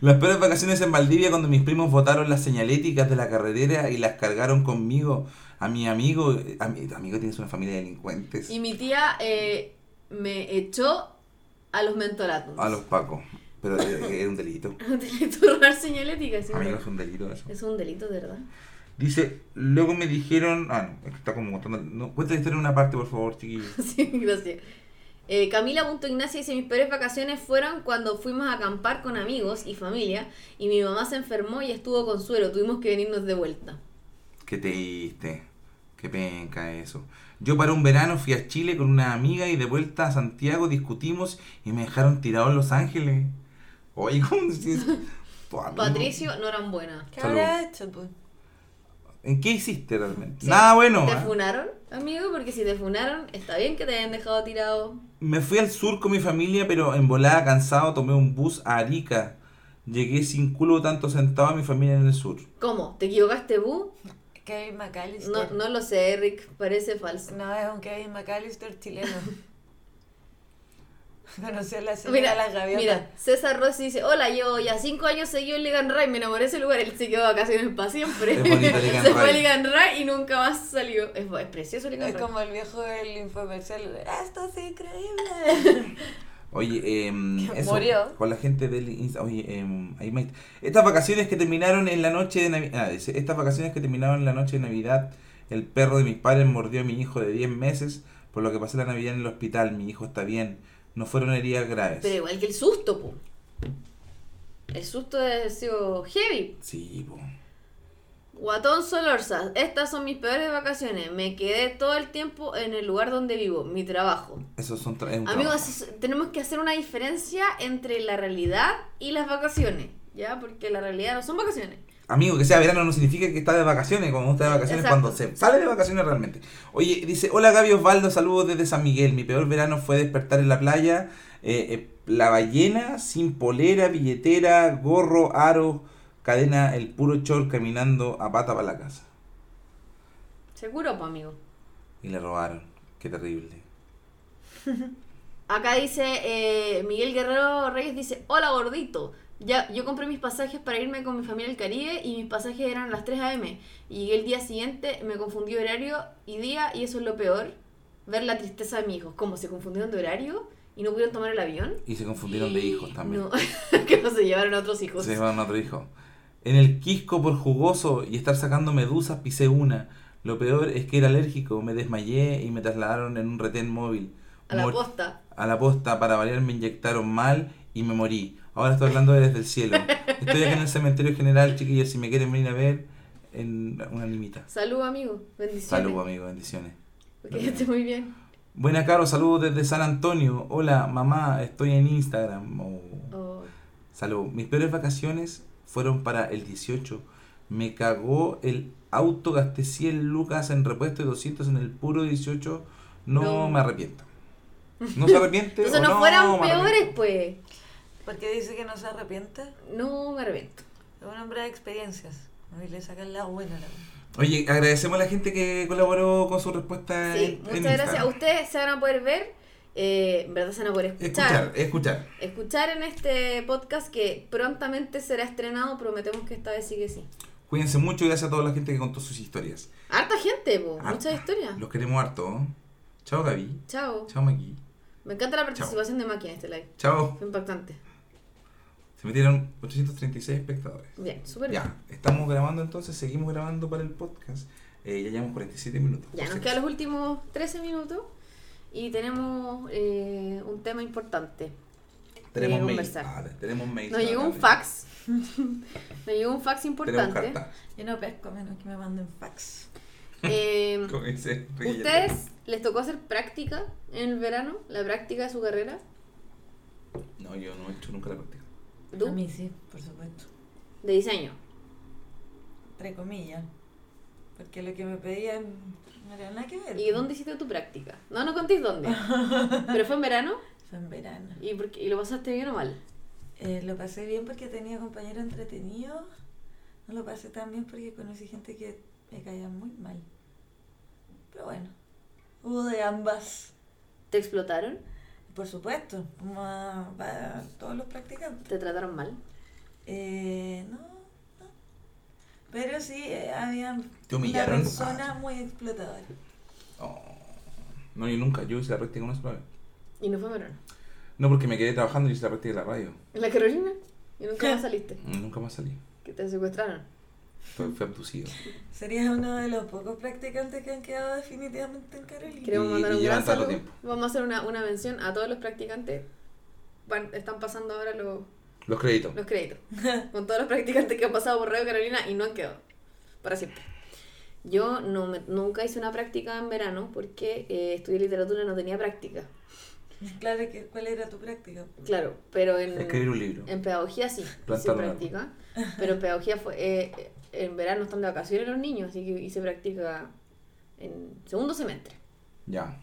S2: Las peores vacaciones en Valdivia cuando mis primos botaron las señaléticas de la carretera y las cargaron conmigo. A mi amigo, a mi tu amigo tienes una familia de delincuentes.
S4: Y mi tía eh, me echó a los mentoratos.
S2: A los pacos. Pero eh, era un delito.
S4: Turrar señalética. sí,
S2: Amigo, es un delito eso.
S4: Es un delito, de verdad.
S2: Dice, luego me dijeron. Ah, no, está como contando. No, cuenta la historia en una parte, por favor, chiquillos.
S4: Sí, gracias. Eh, Camila.ignacia dice, mis peores vacaciones fueron cuando fuimos a acampar con amigos y familia y mi mamá se enfermó y estuvo con suero, tuvimos que venirnos de vuelta.
S2: Qué triste. Qué penca eso. Yo para un verano fui a Chile con una amiga y de vuelta a Santiago discutimos y me dejaron tirado en Los Ángeles. Oye, ¿cómo se dice? Tu amigo.
S4: Patricio, no eran buenas.
S3: ¿Qué
S2: Salud.
S3: habrá hecho, pues?
S2: ¿En qué hiciste realmente? Nada bueno.
S4: ¿Te
S2: ¿eh?
S4: funaron, amigo? Porque si te funaron, está bien que te hayan dejado tirado.
S2: Me fui al sur con mi familia, pero en volada cansado tomé un bus a Arica. Llegué sin culo tanto sentado a mi familia en el sur.
S4: ¿Cómo? ¿Te equivocaste, Bu?
S3: Kevin McAllister.
S4: No, no lo sé, Rick, parece falso.
S3: No, es un Kevin McAllister chileno. Conocí a la señora de
S4: Mira,
S3: las gaviotas.
S4: mira, César Rossi dice, hola, yo ya cinco años seguí en Ligan Ray, me enamoré de ese lugar, él se quedó de vacaciones para siempre.
S2: Es bonito Ligan
S4: se fue a
S2: Ray.
S4: Ligan Ray y nunca más salió. Es, es precioso Ligan
S3: Es
S4: Ray.
S3: como el viejo del infomercial. Esto es increíble.
S2: Oye, em,
S3: Que
S2: eso,
S3: murió.
S2: con la gente del Insta- Oye, em, ahí me- estas vacaciones que terminaron en la noche de Navidad. estas vacaciones que terminaron en la noche de Navidad, el perro de mis padres mordió a mi hijo de 10 meses, por lo que pasé la Navidad en el hospital. Mi hijo está bien. No fueron heridas graves.
S4: Pero igual que el susto, po. El susto de haber sido heavy.
S2: Sí, po.
S4: Guatón Solorza, estas son mis peores vacaciones. Me quedé todo el tiempo en el lugar donde vivo, mi trabajo.
S2: Esos son tra- es un trabajo.
S4: Amigos, es- tenemos que hacer una diferencia entre la realidad y las vacaciones, ¿ya? Porque la realidad no son vacaciones.
S2: Amigo, que sea verano no significa que está de vacaciones, cuando uno está de vacaciones,
S4: Exacto.
S2: cuando se sale de vacaciones realmente. Oye, dice, hola Gaby Osvaldo, saludos desde San Miguel. Mi peor verano fue despertar en la playa, eh, eh, la ballena, sin polera, billetera, gorro, aro, cadena, el puro chor caminando a pata para la casa.
S4: Seguro, pues, amigo.
S2: Y le robaron. Qué terrible.
S4: Acá dice eh, Miguel Guerrero Reyes, dice, hola gordito. Ya, yo compré mis pasajes para irme con mi familia al Caribe y mis pasajes eran las 3 a.m. Y llegué el día siguiente, me confundí horario y día y eso es lo peor. Ver la tristeza de mis hijos, como se confundieron de horario y no pudieron tomar el avión.
S2: Y se confundieron de hijos también.
S4: No, que no se llevaron a otros hijos.
S2: Se llevaron a otro hijo. En el quisco por jugoso y estar sacando medusas pisé una. Lo peor es que era alérgico, me desmayé y me trasladaron en un retén móvil.
S4: a la
S2: Mor-
S4: posta.
S2: a la posta, para variar me inyectaron mal y me morí. Ahora estoy hablando desde el cielo. Estoy acá en el cementerio general, chiquillos, si me quieren venir a ver, en una limita.
S4: Salud, amigo. Bendiciones.
S2: Saludos, amigos, bendiciones.
S4: Que esté muy bien.
S2: Buena, Caro, saludos desde San Antonio. Hola, mamá, estoy en Instagram. Oh.
S4: Oh.
S2: Salud. Mis peores vacaciones fueron para el 18. Me cagó el auto, gasté 100 lucas en repuesto y 200 en el puro 18. No,
S4: No.
S2: me arrepiento. No se arrepiente.
S4: Entonces
S2: o
S4: no,
S2: no
S4: fueran
S2: me arrepiento.
S4: peores, pues.
S3: ¿Por qué dice que no se arrepiente?
S4: No me arrepiento.
S3: Es un hombre de experiencias. Y le sacan la buena a la buena.
S2: Oye, agradecemos a la gente que colaboró con su respuesta.
S4: Sí, muchas gracias. A ustedes se van a poder ver, eh, en verdad se van a poder
S2: Escuchar,
S4: escuchar.
S2: escuchar.
S4: Escuchar en este podcast que prontamente será estrenado, prometemos que esta vez sí que sí.
S2: Cuídense mucho y gracias a toda la gente que contó sus historias.
S4: Harta gente, po,
S2: Harta.
S4: muchas historias.
S2: Los queremos harto. Chao Gaby.
S4: Chao.
S2: Chao Maki.
S4: Me encanta la participación de Maki en este live.
S2: Chao.
S4: Fue impactante.
S2: Se metieron 836 espectadores.
S4: Bien, súper bien.
S2: Ya, estamos grabando entonces, seguimos grabando para el podcast. Eh, ya llevamos 47 minutos. Por
S4: Ya, nos
S2: si
S4: quedan
S2: acaso.
S4: los últimos 13 minutos y tenemos eh, un tema importante.
S2: Tenemos
S4: que
S2: mail.
S4: conversar.
S2: Ah, tenemos mail.
S4: Nos llegó un
S2: Dale.
S4: fax. Nos llegó un fax
S2: Tenemos
S4: importante.
S2: carta.
S3: Yo no pesco a menos que me manden fax.
S4: Eh,
S2: Como dice Ricky
S4: ¿Ustedes les tocó hacer práctica en el verano? ¿La práctica de su carrera?
S2: Gervais. No, yo no he hecho nunca la práctica.
S4: ¿Tú?
S3: A mí sí, por supuesto.
S4: De diseño.
S3: Entre comillas. Porque lo que me pedían no era nada que ver.
S4: ¿Y dónde hiciste tu práctica? No, no contéis dónde. Pero fue en verano
S3: Fue en verano.
S4: y, por qué- y lo pasaste bien o mal.
S3: Eh, lo pasé bien porque tenía compañeros entretenidos. No lo pasé tan bien porque conocí gente que me caía muy mal. Pero bueno, hubo de ambas.
S4: ¿Te explotaron?
S3: Por supuesto, como a- para todos los practicantes.
S4: ¿Te trataron mal?
S3: Eh, no, no. Pero sí, eh, había
S2: ¿Te humillaron?
S3: una persona muy explotadora.
S2: Oh. No, yo nunca. Yo hice la práctica una sola vez.
S4: Y no fue en verano.
S2: No, porque me quedé trabajando y hice la práctica de la radio.
S4: ¿En la Carolina? Y nunca más saliste.
S2: Y Nunca más salí.
S4: Que te secuestraron.
S2: Fue, fue abducido.
S3: Serías uno de los pocos practicantes que han quedado definitivamente en Carolina.
S4: Queremos
S2: Y-
S4: mandar
S2: y
S4: un
S2: llevan
S4: gran
S2: tanto
S4: saludo.
S2: tiempo.
S4: Vamos a hacer una, una mención a todos los practicantes. Van- están pasando ahora los,
S2: Los créditos.
S4: los créditos. Con todos los practicantes que han pasado por Radio Carolina y no han quedado. Para siempre. Yo no me- nunca hice una práctica en verano porque eh, estudié literatura y no tenía práctica.
S3: Claro, que, ¿cuál era tu práctica?
S4: Claro, pero en,
S2: Escribir un libro.
S4: en pedagogía sí, hice
S2: Plantar un árbol.
S4: práctica. Pero en pedagogía fue. eh, eh, en verano están de vacaciones los niños, así que hice práctica en segundo semestre.
S2: Ya.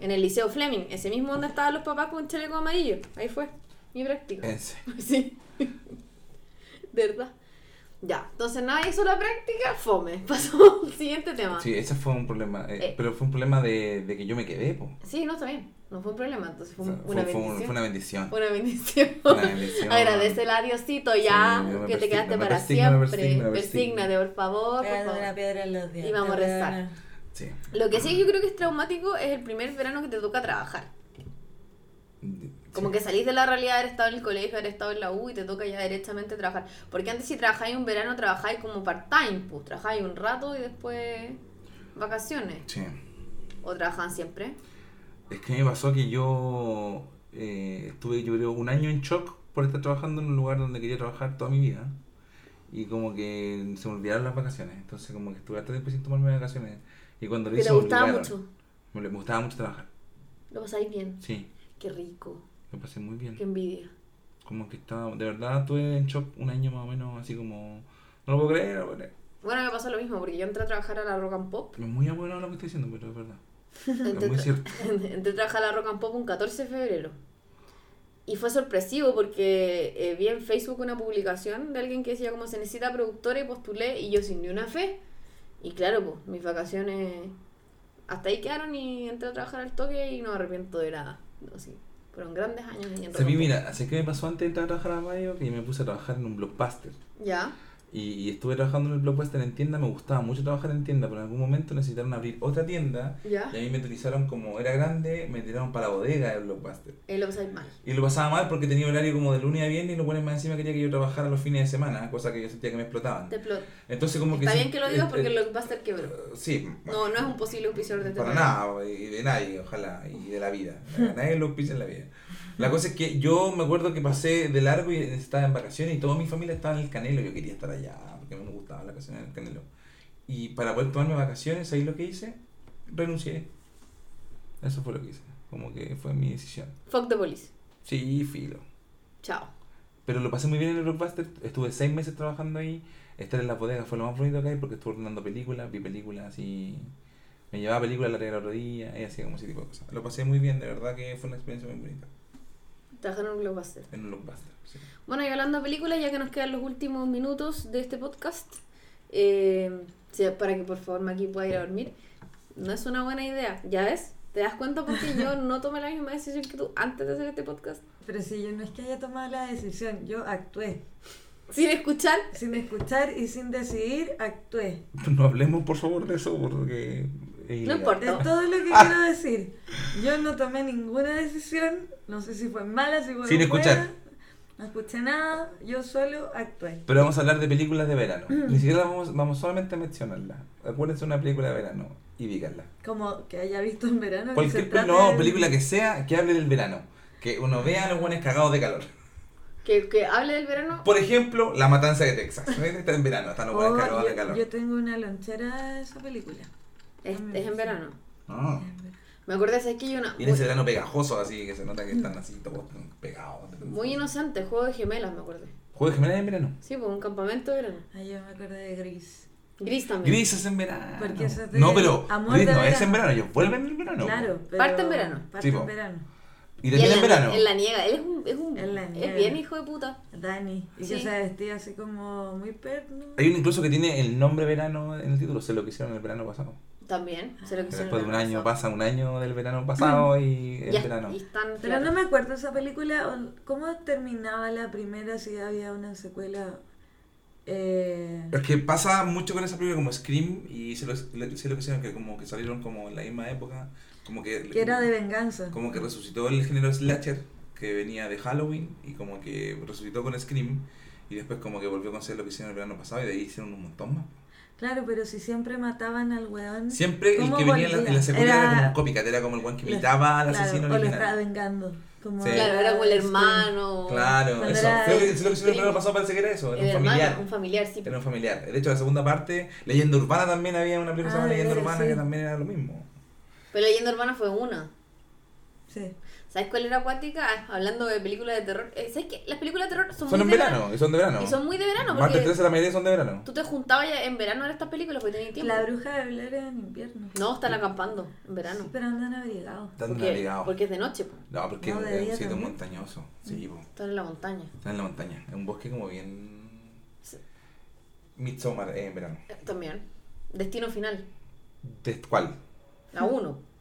S4: En el Liceo Fleming, ese mismo donde estaban los papás con chaleco amarillo. Ahí fue mi práctica.
S2: Ese.
S4: Sí. De verdad. Ya, entonces nada, hizo la práctica, fome. Pasó al siguiente tema. Sí.
S2: Sí, ese fue un problema. eh,
S4: Ah. Eh.
S2: Pero fue un problema de, de que yo me quedé, po.
S4: no está bien. No fue un problema, entonces
S2: O
S4: fue,
S2: sea,
S4: un-
S2: fue-
S4: una,
S2: fue un-
S4: bendición.
S2: fue una bendición.
S4: Una bendición.
S2: Una bendición.
S4: Agradecele a Diosito ya
S2: Sí, yo me
S4: que te
S2: persigno,
S4: quedaste
S2: me
S4: para
S2: persigno, me
S4: siempre.
S2: persigno, me persigno.
S4: Persígnate, por favor. Por
S3: Pegando
S4: favor.
S3: una piedra en los dientes.
S4: Y vamos a rezar.
S3: weona.
S2: Sí.
S4: Lo que sí yo creo que es traumático es el primer verano que te toca trabajar. Como
S2: Sí.
S4: que salís de la realidad de haber estado en el colegio, haber estado en la U y te toca ya directamente trabajar. Porque antes si trabajáis un verano, trabajáis como part-time, pues trabajáis un rato y después vacaciones.
S2: Sí.
S4: O trabajan siempre.
S2: Es que me pasó que yo eh, estuve, yo creo, un año en shock por estar trabajando en un lugar donde quería trabajar toda mi vida. Y como que se me olvidaron las vacaciones. Entonces, como que estuve hasta tiempo sin tomarme vacaciones. Y cuando lo
S4: Que
S2: hice,
S4: te
S2: me
S4: gustaba
S2: obligaron.
S4: mucho.
S2: Me, me gustaba mucho trabajar.
S4: Lo pasáis bien.
S2: Sí,
S4: Qué rico.
S2: lo pasé muy bien.
S4: Qué envidia.
S2: Como que estaba, de verdad, estuve en shock un año más o menos, así como. No lo puedo creer, no lo puedo creer.
S4: Bueno, me pasó lo mismo porque yo entré a trabajar a la Rock and Pop.
S2: Es muy bueno lo que estoy diciendo, pero es verdad.
S4: Entré,
S2: Es muy
S4: tra-
S2: cierto.
S4: entré a trabajar a la Rock and Pop un 14 de febrero. Y fue sorpresivo porque eh, vi en Facebook una publicación de alguien que decía como se necesita productora y postulé y yo sin ni una fe. Y claro, pues mis vacaciones hasta ahí quedaron y entré a trabajar al toque y no me arrepiento de nada. No, sí, fueron grandes años ahí en
S2: O sea, a mí,
S4: Rock and
S2: mira, así que me pasó antes de entrar a trabajar a la radio que me puse a trabajar en un blockbuster.
S4: Pop. Ya.
S2: Y, y estuve trabajando en el blockbuster en tienda, me gustaba mucho trabajar en tienda, pero en algún momento necesitaron abrir otra tienda
S4: Ya.
S2: y a mí me utilizaron como era grande, me tiraron para la bodega del blockbuster.
S4: Eh, lo pasáis mal.
S2: Y lo pasaba mal porque tenía horario como de lunes a viernes y lo ponen más encima quería que yo trabajara los fines de semana, cosa que yo sentía que me explotaban.
S4: Te Este plot.
S2: Entonces como que...
S4: Está
S2: sí-
S4: bien que lo
S2: eh,
S4: digas porque
S2: eh,
S4: lo va a estar quebró.
S2: Sí,
S4: No, no es un posible auspiciador de este
S2: para
S4: programa.
S2: nada, y de nadie, ojalá, y de la vida. Nadie lo pisa en la vida. La cosa es que yo me acuerdo que pasé de largo y estaba en vacaciones y toda mi familia estaba en el canelo. Yo quería estar allá porque me gustaba la vacación en el canelo. Y para poder tomarme vacaciones, ahí lo que hice, renuncié. Eso fue lo que hice. Como que fue mi decisión.
S4: Fuck the police.
S2: Sí, filo.
S4: Chao.
S2: Pero lo pasé muy bien en el Blockbuster. Estuve seis meses trabajando ahí. Estar en la bodega fue lo más bonito que hay porque estuve ordenando películas, vi películas así. Me llevaba películas a la regla de otro día y así como ese tipo de cosas. Lo pasé muy bien, de verdad que fue una experiencia muy bonita.
S4: Trabajar en un blockbuster.
S2: En un Blockbuster. sí.
S4: Bueno, y hablando de películas, ya que nos quedan los últimos minutos de este podcast, eh, sea, para que por favor Maki pueda ir a dormir, no es una buena idea. ¿Ya ves? ¿Te das cuenta porque yo no tomé la misma decisión que tú antes de hacer este podcast?
S3: Pero si yo no es que haya tomado la decisión, yo actué.
S4: Sin escuchar.
S3: Sin escuchar y sin decidir, actué.
S2: No hablemos por favor de eso porque. es
S4: No Ah.
S2: ilegal.
S4: importa.
S3: Es todo lo que quiero decir. Yo no tomé ninguna decisión, no sé si fue mala, si fue
S2: Sin escuchar.
S3: buena. No escuché nada, yo solo actué.
S2: Pero vamos a hablar de películas de verano.
S3: Mm.
S2: Ni siquiera vamos, vamos solamente a mencionarlas. Acuérdense una película de verano y díganla.
S3: Como que haya visto en verano.
S2: Cualquier
S3: que se
S2: pe- no,
S3: trate de-
S2: película que sea que hable del verano. Que uno vea a los buenos cagados de calor.
S4: Que, que hable del verano.
S2: Por ejemplo, La Matanza de Texas. Está en verano, está no puede
S3: Oh,
S2: calor de
S3: yo,
S2: calor.
S3: yo tengo una lonchera de esa película.
S4: Es, es en verano.
S2: Ah.
S4: Me acordé, es que yo una...
S2: Y en ese
S4: Muy,
S2: verano pegajoso, así que se nota que están así todos pegados.
S4: muy inocente, juego de gemelas, me acordé.
S2: Juego de gemelas en verano.
S4: Sí, pues un campamento de verano.
S3: Ay, yo me acuerdo de Gris.
S4: Gris también.
S2: Gris es en verano.
S3: Porque eso es de
S2: no, pero
S3: amor
S2: Gris
S3: de
S2: no es
S3: verano.
S2: en verano, ellos vuelven en verano.
S3: Claro, pero.
S4: Parte en verano.
S3: Parte
S2: Sí, po.
S3: en verano.
S2: Y
S4: Y en,
S2: termina
S4: la,
S2: en verano.
S4: en la niega. Él es un... Es, un-
S3: En la
S4: es
S3: niega.
S4: bien hijo de puta.
S3: Dani. Y que
S4: Sí.
S3: se vestía así como muy perno.
S2: Hay uno incluso que tiene el nombre verano en el título, sé lo que hicieron el verano pasado.
S4: También. Se lo
S2: Que
S4: quisieron
S2: Después de un
S4: haber
S2: año
S4: pasado.
S2: pasa un año del verano
S3: Mm.
S2: pasado y el
S4: Ya,
S2: verano.
S4: y están,
S3: Pero
S4: claro.
S3: no me acuerdo esa película, o- ¿cómo terminaba la primera si había una secuela? Eh,
S2: Es que pasa mucho con esa película como Scream y sé lo, sé lo que hicieron, que como que salieron como en la misma época, como que...
S3: que era de venganza.
S2: Como que resucitó el género slasher que venía de Halloween y como que resucitó con Scream Y después como que volvió a conseguir lo que hicieron el verano pasado y de ahí hicieron un montón más.
S3: Claro, pero si siempre mataban al weón.
S2: Siempre el
S3: ¿cómo
S2: que venía en la, en la
S3: volvía?
S2: secuela era, como un
S3: Era-
S2: copycat, era como el weón que
S3: Los-
S2: imitaba al
S3: claro,
S2: asesino
S3: O lo estaba
S2: original.
S3: vengando. Como
S2: Sí.
S4: Claro, era como el hermano.
S2: Este, Claro,
S3: Cuando
S2: eso.
S3: era
S2: Creo que eso es lo que hicieron el
S4: primo.
S2: verano pasado parece que era eso, era
S4: El
S2: un
S4: hermano,
S2: familiar.
S4: un familiar, sí.
S2: Era un familiar. De hecho, la segunda parte, Leyenda Urbana también había una película que se
S3: Ah,
S2: llamaba Leyenda
S3: verdad,
S2: Urbana
S3: sí.
S2: que también era lo mismo.
S4: Pero Leyenda Urbana fue una.
S3: Sí.
S4: ¿Sabes cuál era acuática? Ah, Hablando de películas de terror. eh, ¿Sabes qué? Las películas de terror son,
S2: Son
S4: muy
S2: en
S4: de
S2: verano, y son de verano.
S4: Y son muy de verano porque
S2: Martes 13 la mayoría son de verano.
S4: tú te juntabas ya en verano a ver estas películas porque tenías tiempo.
S3: La bruja de Blair era en invierno.
S4: No, están acampando en verano.
S3: Pero andan abrigados.
S2: Están
S4: Porque,
S2: obligados.
S4: porque es de noche, po.
S2: No, porque
S3: No, de
S2: es un
S3: día
S2: sitio
S3: también.
S2: montañoso. Sí, po.
S4: están en la montaña.
S2: Está en la montaña. Es un bosque como bien.
S4: Sí.
S2: Midsommar eh, en verano.
S4: Eh, También. Destino final.
S2: ¿De cuál?
S4: La uno.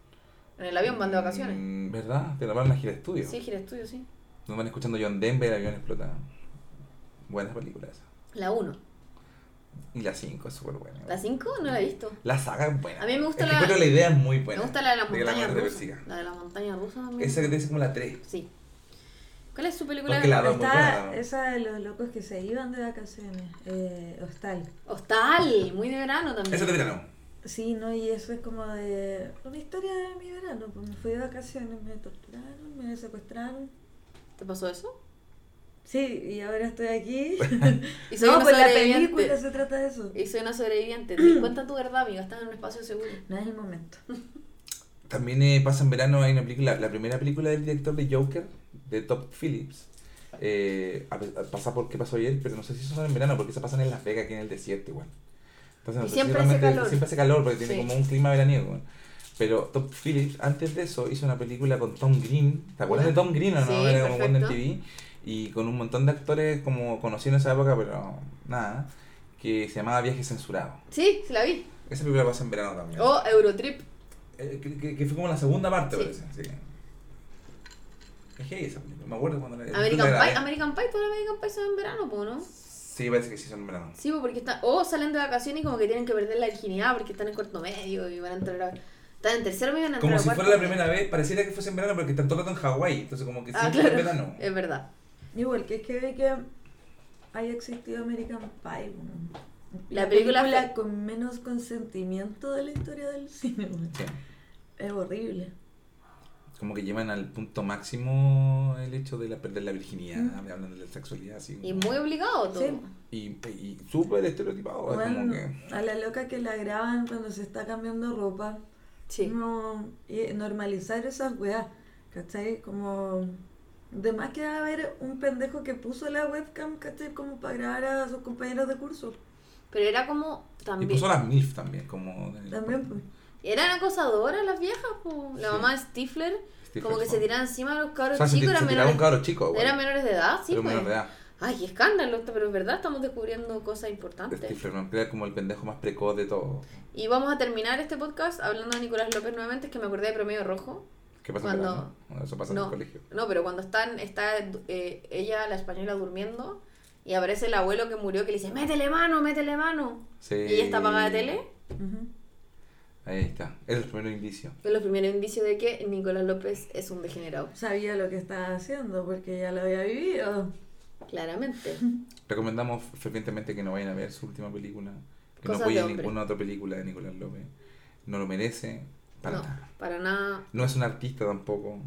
S4: En el avión van de vacaciones.
S2: Mm, ¿Verdad? Te la van a gira estudio.
S4: Sí, gira estudio, sí.
S2: Nos van escuchando John Denver, el avión explota. Buenas películas esas.
S4: La 1.
S2: Y la 5 es súper buena.
S4: La 5 no la he visto.
S2: La saga es buena.
S4: A mí me gusta
S2: Es que
S4: la-
S2: encuentro la idea es muy buena.
S4: Me gusta la de las
S2: que
S4: montañas
S2: muerte
S4: rusas.
S2: persiga.
S4: La de las montañas rusas también.
S2: Esa que te dice como la 3.
S4: Sí. ¿Cuál es su película?
S2: Porque la- Ah, muy buena,
S3: Está
S2: ¿no?
S3: esa de los locos que se iban de vacaciones. Eh, hostal.
S4: Hostal, muy de verano también.
S2: Esa es de verano.
S3: Sí, no, y eso es como de una historia de mi verano. Pues me fui de vacaciones, me torturaron, me secuestraron.
S4: ¿Te pasó eso?
S3: Sí, y ahora estoy aquí.
S4: Y soy
S3: no,
S4: una
S3: pues la
S4: sobreviviente.
S3: película se trata de eso.
S4: Y soy una sobreviviente. Te cuenta tu verdad, amiga. Estás en un espacio seguro.
S3: No es el momento.
S2: También eh, pasa en verano, hay una película, la primera película del director de Joker, de Top Phillips. Eh, a- a- pasa por qué pasó ayer, pero no sé si eso son en verano, porque esas pasan en Las Vegas, aquí en el desierto igual. Entonces,
S4: Y
S2: no sé
S4: siempre
S2: si
S4: hace
S2: realmente-
S4: calor.
S2: siempre hace calor, porque tiene
S4: Sí.
S2: como un clima veraniego. weón. Pero Top Phillips, antes de eso, hizo una película con Tom Green. ¿Te acuerdas de Tom Green o no?
S4: Sí,
S2: Era como
S4: perfecto.
S2: en TV. Y con un montón de actores como conocidos en esa época, pero nada, que se llamaba Viaje Censurado.
S4: Sí, sí la vi.
S2: Esa película pasa en verano también.
S4: O Eurotrip.
S2: Eh, que, que- que fue como la segunda parte,
S4: Sí.
S2: parece. Sí. Es que esa película, me acuerdo cuando la
S4: American
S2: la- la-
S4: Pie. American Pie. Todas las American Pie son en verano, po, ¿no?
S2: ¿eh? Sí, parece que sí son en verano.
S4: Sí, po, porque están... O salen de vacaciones y como que tienen que perder la virginidad porque están en cuarto medio y van a entrar a... Están en tercero medio y van a entrar
S2: Como
S4: a
S2: si
S4: cuarto
S2: fuera la
S4: medio.
S2: primera vez, pareciera que fuese en verano porque están todo el rato en Hawái, entonces como que
S4: Ah,
S2: siempre
S4: claro.
S2: es verano.
S4: Es verdad.
S3: Igual que es que vi que haya existido American Pie. weón.
S4: La película fue-
S3: con menos consentimiento de la historia del cine. weón.
S2: Sí.
S3: Es horrible.
S2: Como que llevan al punto máximo el hecho de la, perder la virginidad,
S3: Mm.
S2: hablando de la sexualidad así.
S4: Y muy obligado todo.
S3: Sí.
S2: Y, y súper estereotipado. es
S3: Weón,
S2: Pues como que...
S3: A la loca que la graban cuando se está cambiando ropa.
S4: Sí.
S3: No, y normalizar esas weas. ¿Cachai? Como. De más que va a haber un pendejo que puso la webcam, ¿cachai? Como para grabar a sus compañeros de curso.
S4: Pero era como
S2: Y
S4: también.
S2: puso las MILF también, como...
S3: También, pues.
S4: Eran acosadoras las viejas, po. la
S2: Sí.
S4: mamá de Stifler,
S2: Stifler
S4: pues. como que
S2: fue.
S4: se tiraban encima de los
S2: O
S4: cabros
S2: sea, se
S4: chicos,
S2: tir- se pues,
S4: eran
S2: tiraba
S4: menores,
S2: un cabro chico, güey.
S4: eran menores de edad, sí,
S2: Era un
S4: pues.
S2: menor de edad.
S4: Ay, qué escándalo, esto, pero es verdad, estamos descubriendo cosas importantes.
S2: Stifler, man, Este, era como el pendejo más precoz de todo.
S4: Y vamos a terminar este podcast hablando de Nicolás López nuevamente, es que me acordé de Promedio Rojo.
S2: ¿Qué pasa
S4: Cuando-
S2: en verano? Bueno, Eso pasa en
S4: No,
S2: el colegio.
S4: no, pero cuando están, está eh, ella, la española, durmiendo y aparece el abuelo que murió que le dice, métele mano, métele mano.
S2: Sí.
S4: Y ella está apagada de tele.
S2: Eh.
S3: pues. Ujú.
S2: Ahí está. Es el primer indicio.
S4: Es los primeros indicios de que Nicolás López es un degenerado.
S3: Sabía lo que estaba haciendo porque ya lo había vivido.
S4: Claramente.
S2: Recomendamos fervientemente que no vayan a ver su última película. Que
S4: Cosas
S2: no
S4: de
S2: apoyen
S4: hombre.
S2: ninguna otra película de Nicolás López. No lo merece. Para
S4: no,
S2: nada.
S4: para nada.
S2: No es un artista tampoco.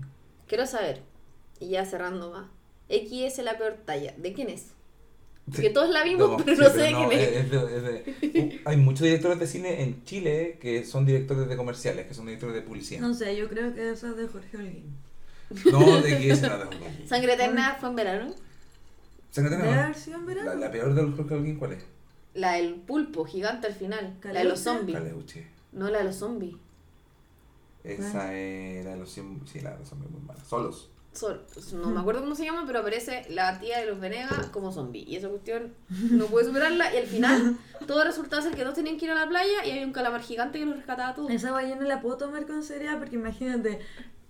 S4: Quiero saber, y ya cerrando más, X es la peor talla. ¿De quién es? Que todos la vimos, pero
S2: sí, eh,
S4: no sé de quién es.
S2: es. es de- es de- Uh, hay muchos directores de cine en Chile que son directores de comerciales, que son directores de publicidad.
S3: No sé, yo creo que eso es de Jorge Holguín.
S2: No, de qué se trata.
S4: Sangre Eterna fue en verano.
S2: Sangre
S3: ¿De
S2: Eterna, ¿no?
S3: haber sido en verano?
S2: La, la peor de los Jorge Alguien, ¿cuál es?
S4: La del pulpo gigante al final. La de los zombies.
S2: Caleuche.
S4: No la de los zombies.
S2: Esa era de los 100. Sí, la de los zombies muy mala. Solos.
S4: Sol- pues, no
S3: Mm.
S4: me acuerdo cómo se llama, pero aparece la tía de los Venegas como zombie. Y esa cuestión no pude superarla. Y al final, todo resultaba ser que dos tenían que ir a la playa y había un calamar gigante que los rescataba a todos.
S3: Esa guay yo no la puedo tomar con seriedad porque imagínate,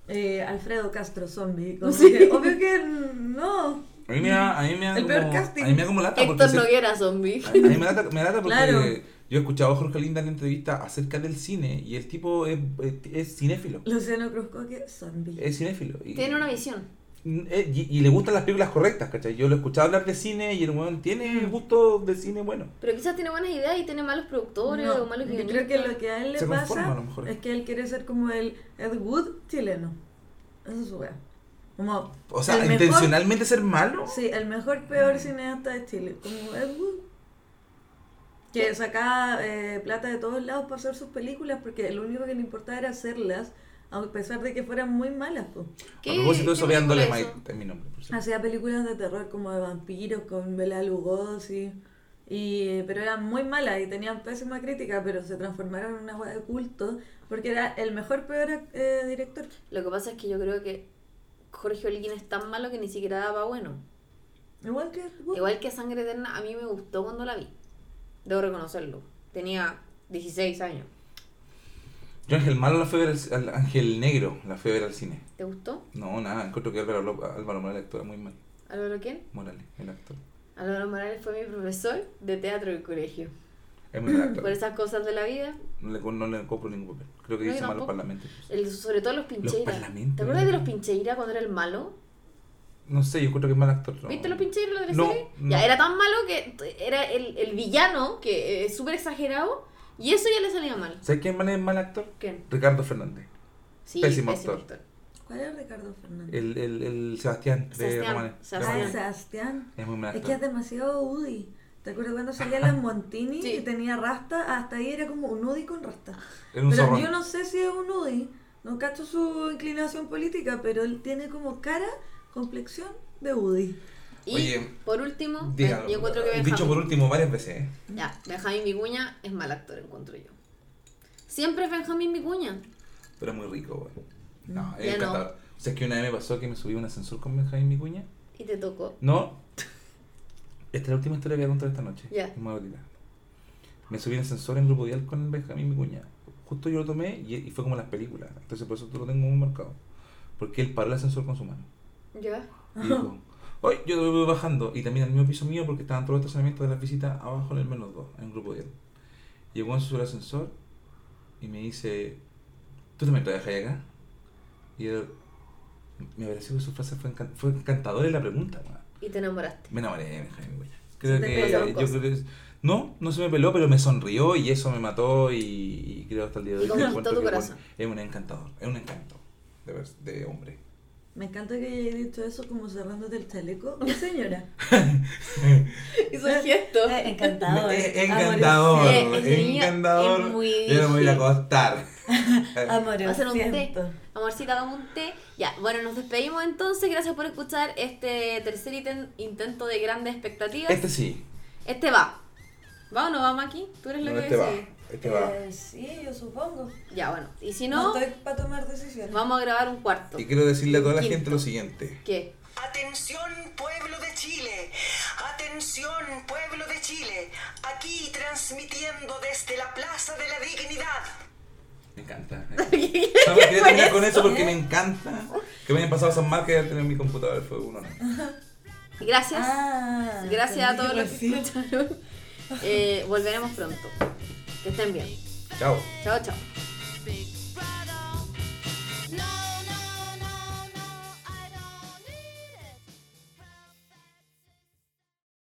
S3: eh, Alfredo Castro, zombie. como
S4: Sí.
S3: que- obvio que no.
S2: A mí me da, a mí me da
S3: El
S2: como,
S3: peor casting.
S2: A mí me da como lata Ah, porque.
S4: Héctor
S2: se- Ah,
S4: Noguera, zombie.
S2: a, a mí me lata, me lata porque
S3: Claro.
S2: yo he escuchado a Jorge Linda en entrevista acerca del cine y el tipo es, es, es cinéfilo.
S3: Luciano Cruzcoque, zombie.
S2: Es cinéfilo. Y,
S4: Tiene una visión.
S2: eh, y, y le gustan las películas correctas, ¿cachai? Yo lo he escuchado hablar de cine y el weón tiene gusto de cine bueno.
S4: Pero quizás tiene buenas ideas y tiene malos productores
S3: No,
S4: o malos
S3: yo creo que lo que a él le
S2: Se conforma, a
S3: pasa
S2: lo mejor.
S3: es que él quiere ser como el Ed Wood chileno. Eso es su wea. Como
S2: O sea,
S3: el mejor-
S2: intencionalmente ser malo.
S3: sí, el mejor peor cineasta de Chile, como Ed Wood. Que sacaba eh, plata de todos lados para hacer sus películas porque lo único que le importaba era hacerlas, a pesar de que fueran muy malas. Pues.
S4: ¿Qué-
S2: a propósito de
S4: qué
S2: eso, vean
S4: película
S2: Dolemite,
S4: hizo?
S2: es mi nombre. por cierto.
S3: Hacía películas de terror como de vampiros con Bela Lugosi. Y, pero eran muy malas y tenían pésima crítica, pero se transformaron en una hueá de culto porque era el mejor peor eh, director.
S4: Lo que pasa es que yo creo que Jorge Olguín es tan malo que ni siquiera daba bueno.
S3: Igual que.
S4: Igual que Sangre Eterna, a mí me gustó cuando la vi. Debo reconocerlo. Tenía 16 años.
S2: Yo Ángel Malo la fui a ver al- al Ángel Negro, la fui a ver al cine.
S4: ¿Te gustó?
S2: No, nada, encuentro que Álvaro, Lo- Álvaro Morales actúa muy mal.
S4: ¿Álvaro quién?
S2: Morales, el actor.
S4: Álvaro Morales fue mi profesor de teatro del colegio.
S2: Es muy mal actor.
S4: Por esas cosas de la vida,
S2: No le, no le compro ningún papel. Creo que
S4: No, yo
S2: dice malos
S4: tampoco.
S2: parlamentos.
S4: el- sobre todo los
S2: Los
S4: pincheiras.
S2: parlamentos.
S4: ¿Te acuerdas de los pincheiras cuando era el malo?
S2: No sé, yo encuentro que es mal actor. no.
S4: ¿Viste los pincheiros los de la
S2: No,
S4: serie?
S2: no.
S4: Ya era tan malo que t- era el, el villano, que eh, es súper exagerado, y eso ya le salía mal.
S2: ¿Sabes quién mal es mal actor?
S4: ¿Quién?
S2: Ricardo Fernández.
S4: Sí,
S2: Pésimo actor.
S3: ¿Cuál era Ricardo Fernández?
S2: El, el, el Sebastián de
S4: Sebastián,
S2: Romanes.
S3: Ah,
S4: Sebastián.
S3: el
S2: Romanes.
S3: Sebastián.
S2: Es muy mal
S3: Es que
S2: actor.
S3: es demasiado Udi. ¿Te acuerdas cuando salía la Montini
S4: Sí.
S3: y tenía rasta? Hasta ahí era como un Udi con rasta.
S2: Era un
S3: pero
S2: zorrón.
S3: yo no sé si es un Udi. No cacho su inclinación política, pero él tiene como cara, complexión de Udi.
S4: Y
S2: Oye,
S4: por último,
S2: Dígalo.
S4: yo encuentro que Benjamín,
S2: Dicho por último varias veces. ¿eh?
S4: ya, Benjamín Vicuña es mal actor, encuentro yo. Siempre es Benjamín Vicuña.
S2: Pero es muy rico, güey. No,
S4: Ya
S2: es encantador. O sea, es que una vez me pasó que me subí a un ascensor con Benjamín Micuña.
S4: Y te tocó.
S2: No. Esta es la última historia que voy a contar esta noche.
S4: Ya.
S2: Es más ahorita. Me subí en ascensor en grupo dial con Benjamín Micuña. Justo yo lo tomé y, y fue como en las películas. Entonces por eso tú lo tengo muy marcado. Porque él paró el ascensor con su mano.
S4: Ya.
S2: Y dijo, hoy yo lo voy bajando. Y también al mismo piso mío porque estaban todos los estacionamientos de las visitas abajo en el menos dos, en el grupo dial. Llegó en su ascensor y me dice, ¿tú también te dejas acá? Y él, me pareció que su frase fue, encan- fue encantadora en la pregunta. weón.
S4: Y te enamoraste.
S2: Me enamoré de Benjamín Huella. Creo
S3: te
S2: que,
S4: pelaron
S2: yo
S4: cosas.
S2: creo que es- no, no se me peló, pero me sonrió y eso me mató y, y creo hasta el día de
S4: Y
S2: hoy. que
S4: conquistó
S2: encuentro
S4: tu
S2: que, bueno,
S4: corazón.
S2: es un encantador, es un encanto de, vers- de hombre.
S3: Me encanta que hayáis dicho eso como cerrándote el chaleco. Mi señora.
S4: Hizo el gesto.
S3: Eh, encantador.
S2: Es encantador,
S4: Eh, ese niño es
S2: encantador.
S4: muy
S2: Yo no me voy a ir a acostar. Eh,
S3: Amor,
S4: Hacer un té. Amorcita, hagamos un té. Ya, bueno, nos despedimos entonces. Gracias por escuchar este tercer iten- intento de grandes expectativas.
S2: Este sí,
S4: Este va. ¿Va o no va, Maki? Tú eres la
S2: no,
S4: que
S2: este
S4: Eh,
S2: va,
S4: decide.
S2: este va.
S3: Eh, sí, yo supongo.
S4: Ya, bueno. Y si
S3: No,
S4: no,
S3: estoy para tomar decisiones.
S4: vamos a grabar un cuarto.
S2: Y quiero decirle a toda la
S4: Quinto.
S2: gente lo siguiente.
S4: ¿Qué?
S5: Atención pueblo de Chile, atención pueblo de Chile, aquí transmitiendo desde la Plaza de la Dignidad.
S2: Me encanta. No, quería terminar con eso porque me encanta. Que me hayan pasado esas marcas y haber tenido en mi computador fue uno.
S4: Gracias.
S3: Ah,
S4: Gracias a
S3: entendí
S4: todos los que
S3: recién.
S4: escucharon. Eh, volveremos pronto. Que estén bien.
S2: Chao.
S4: Chao, chao.
S6: big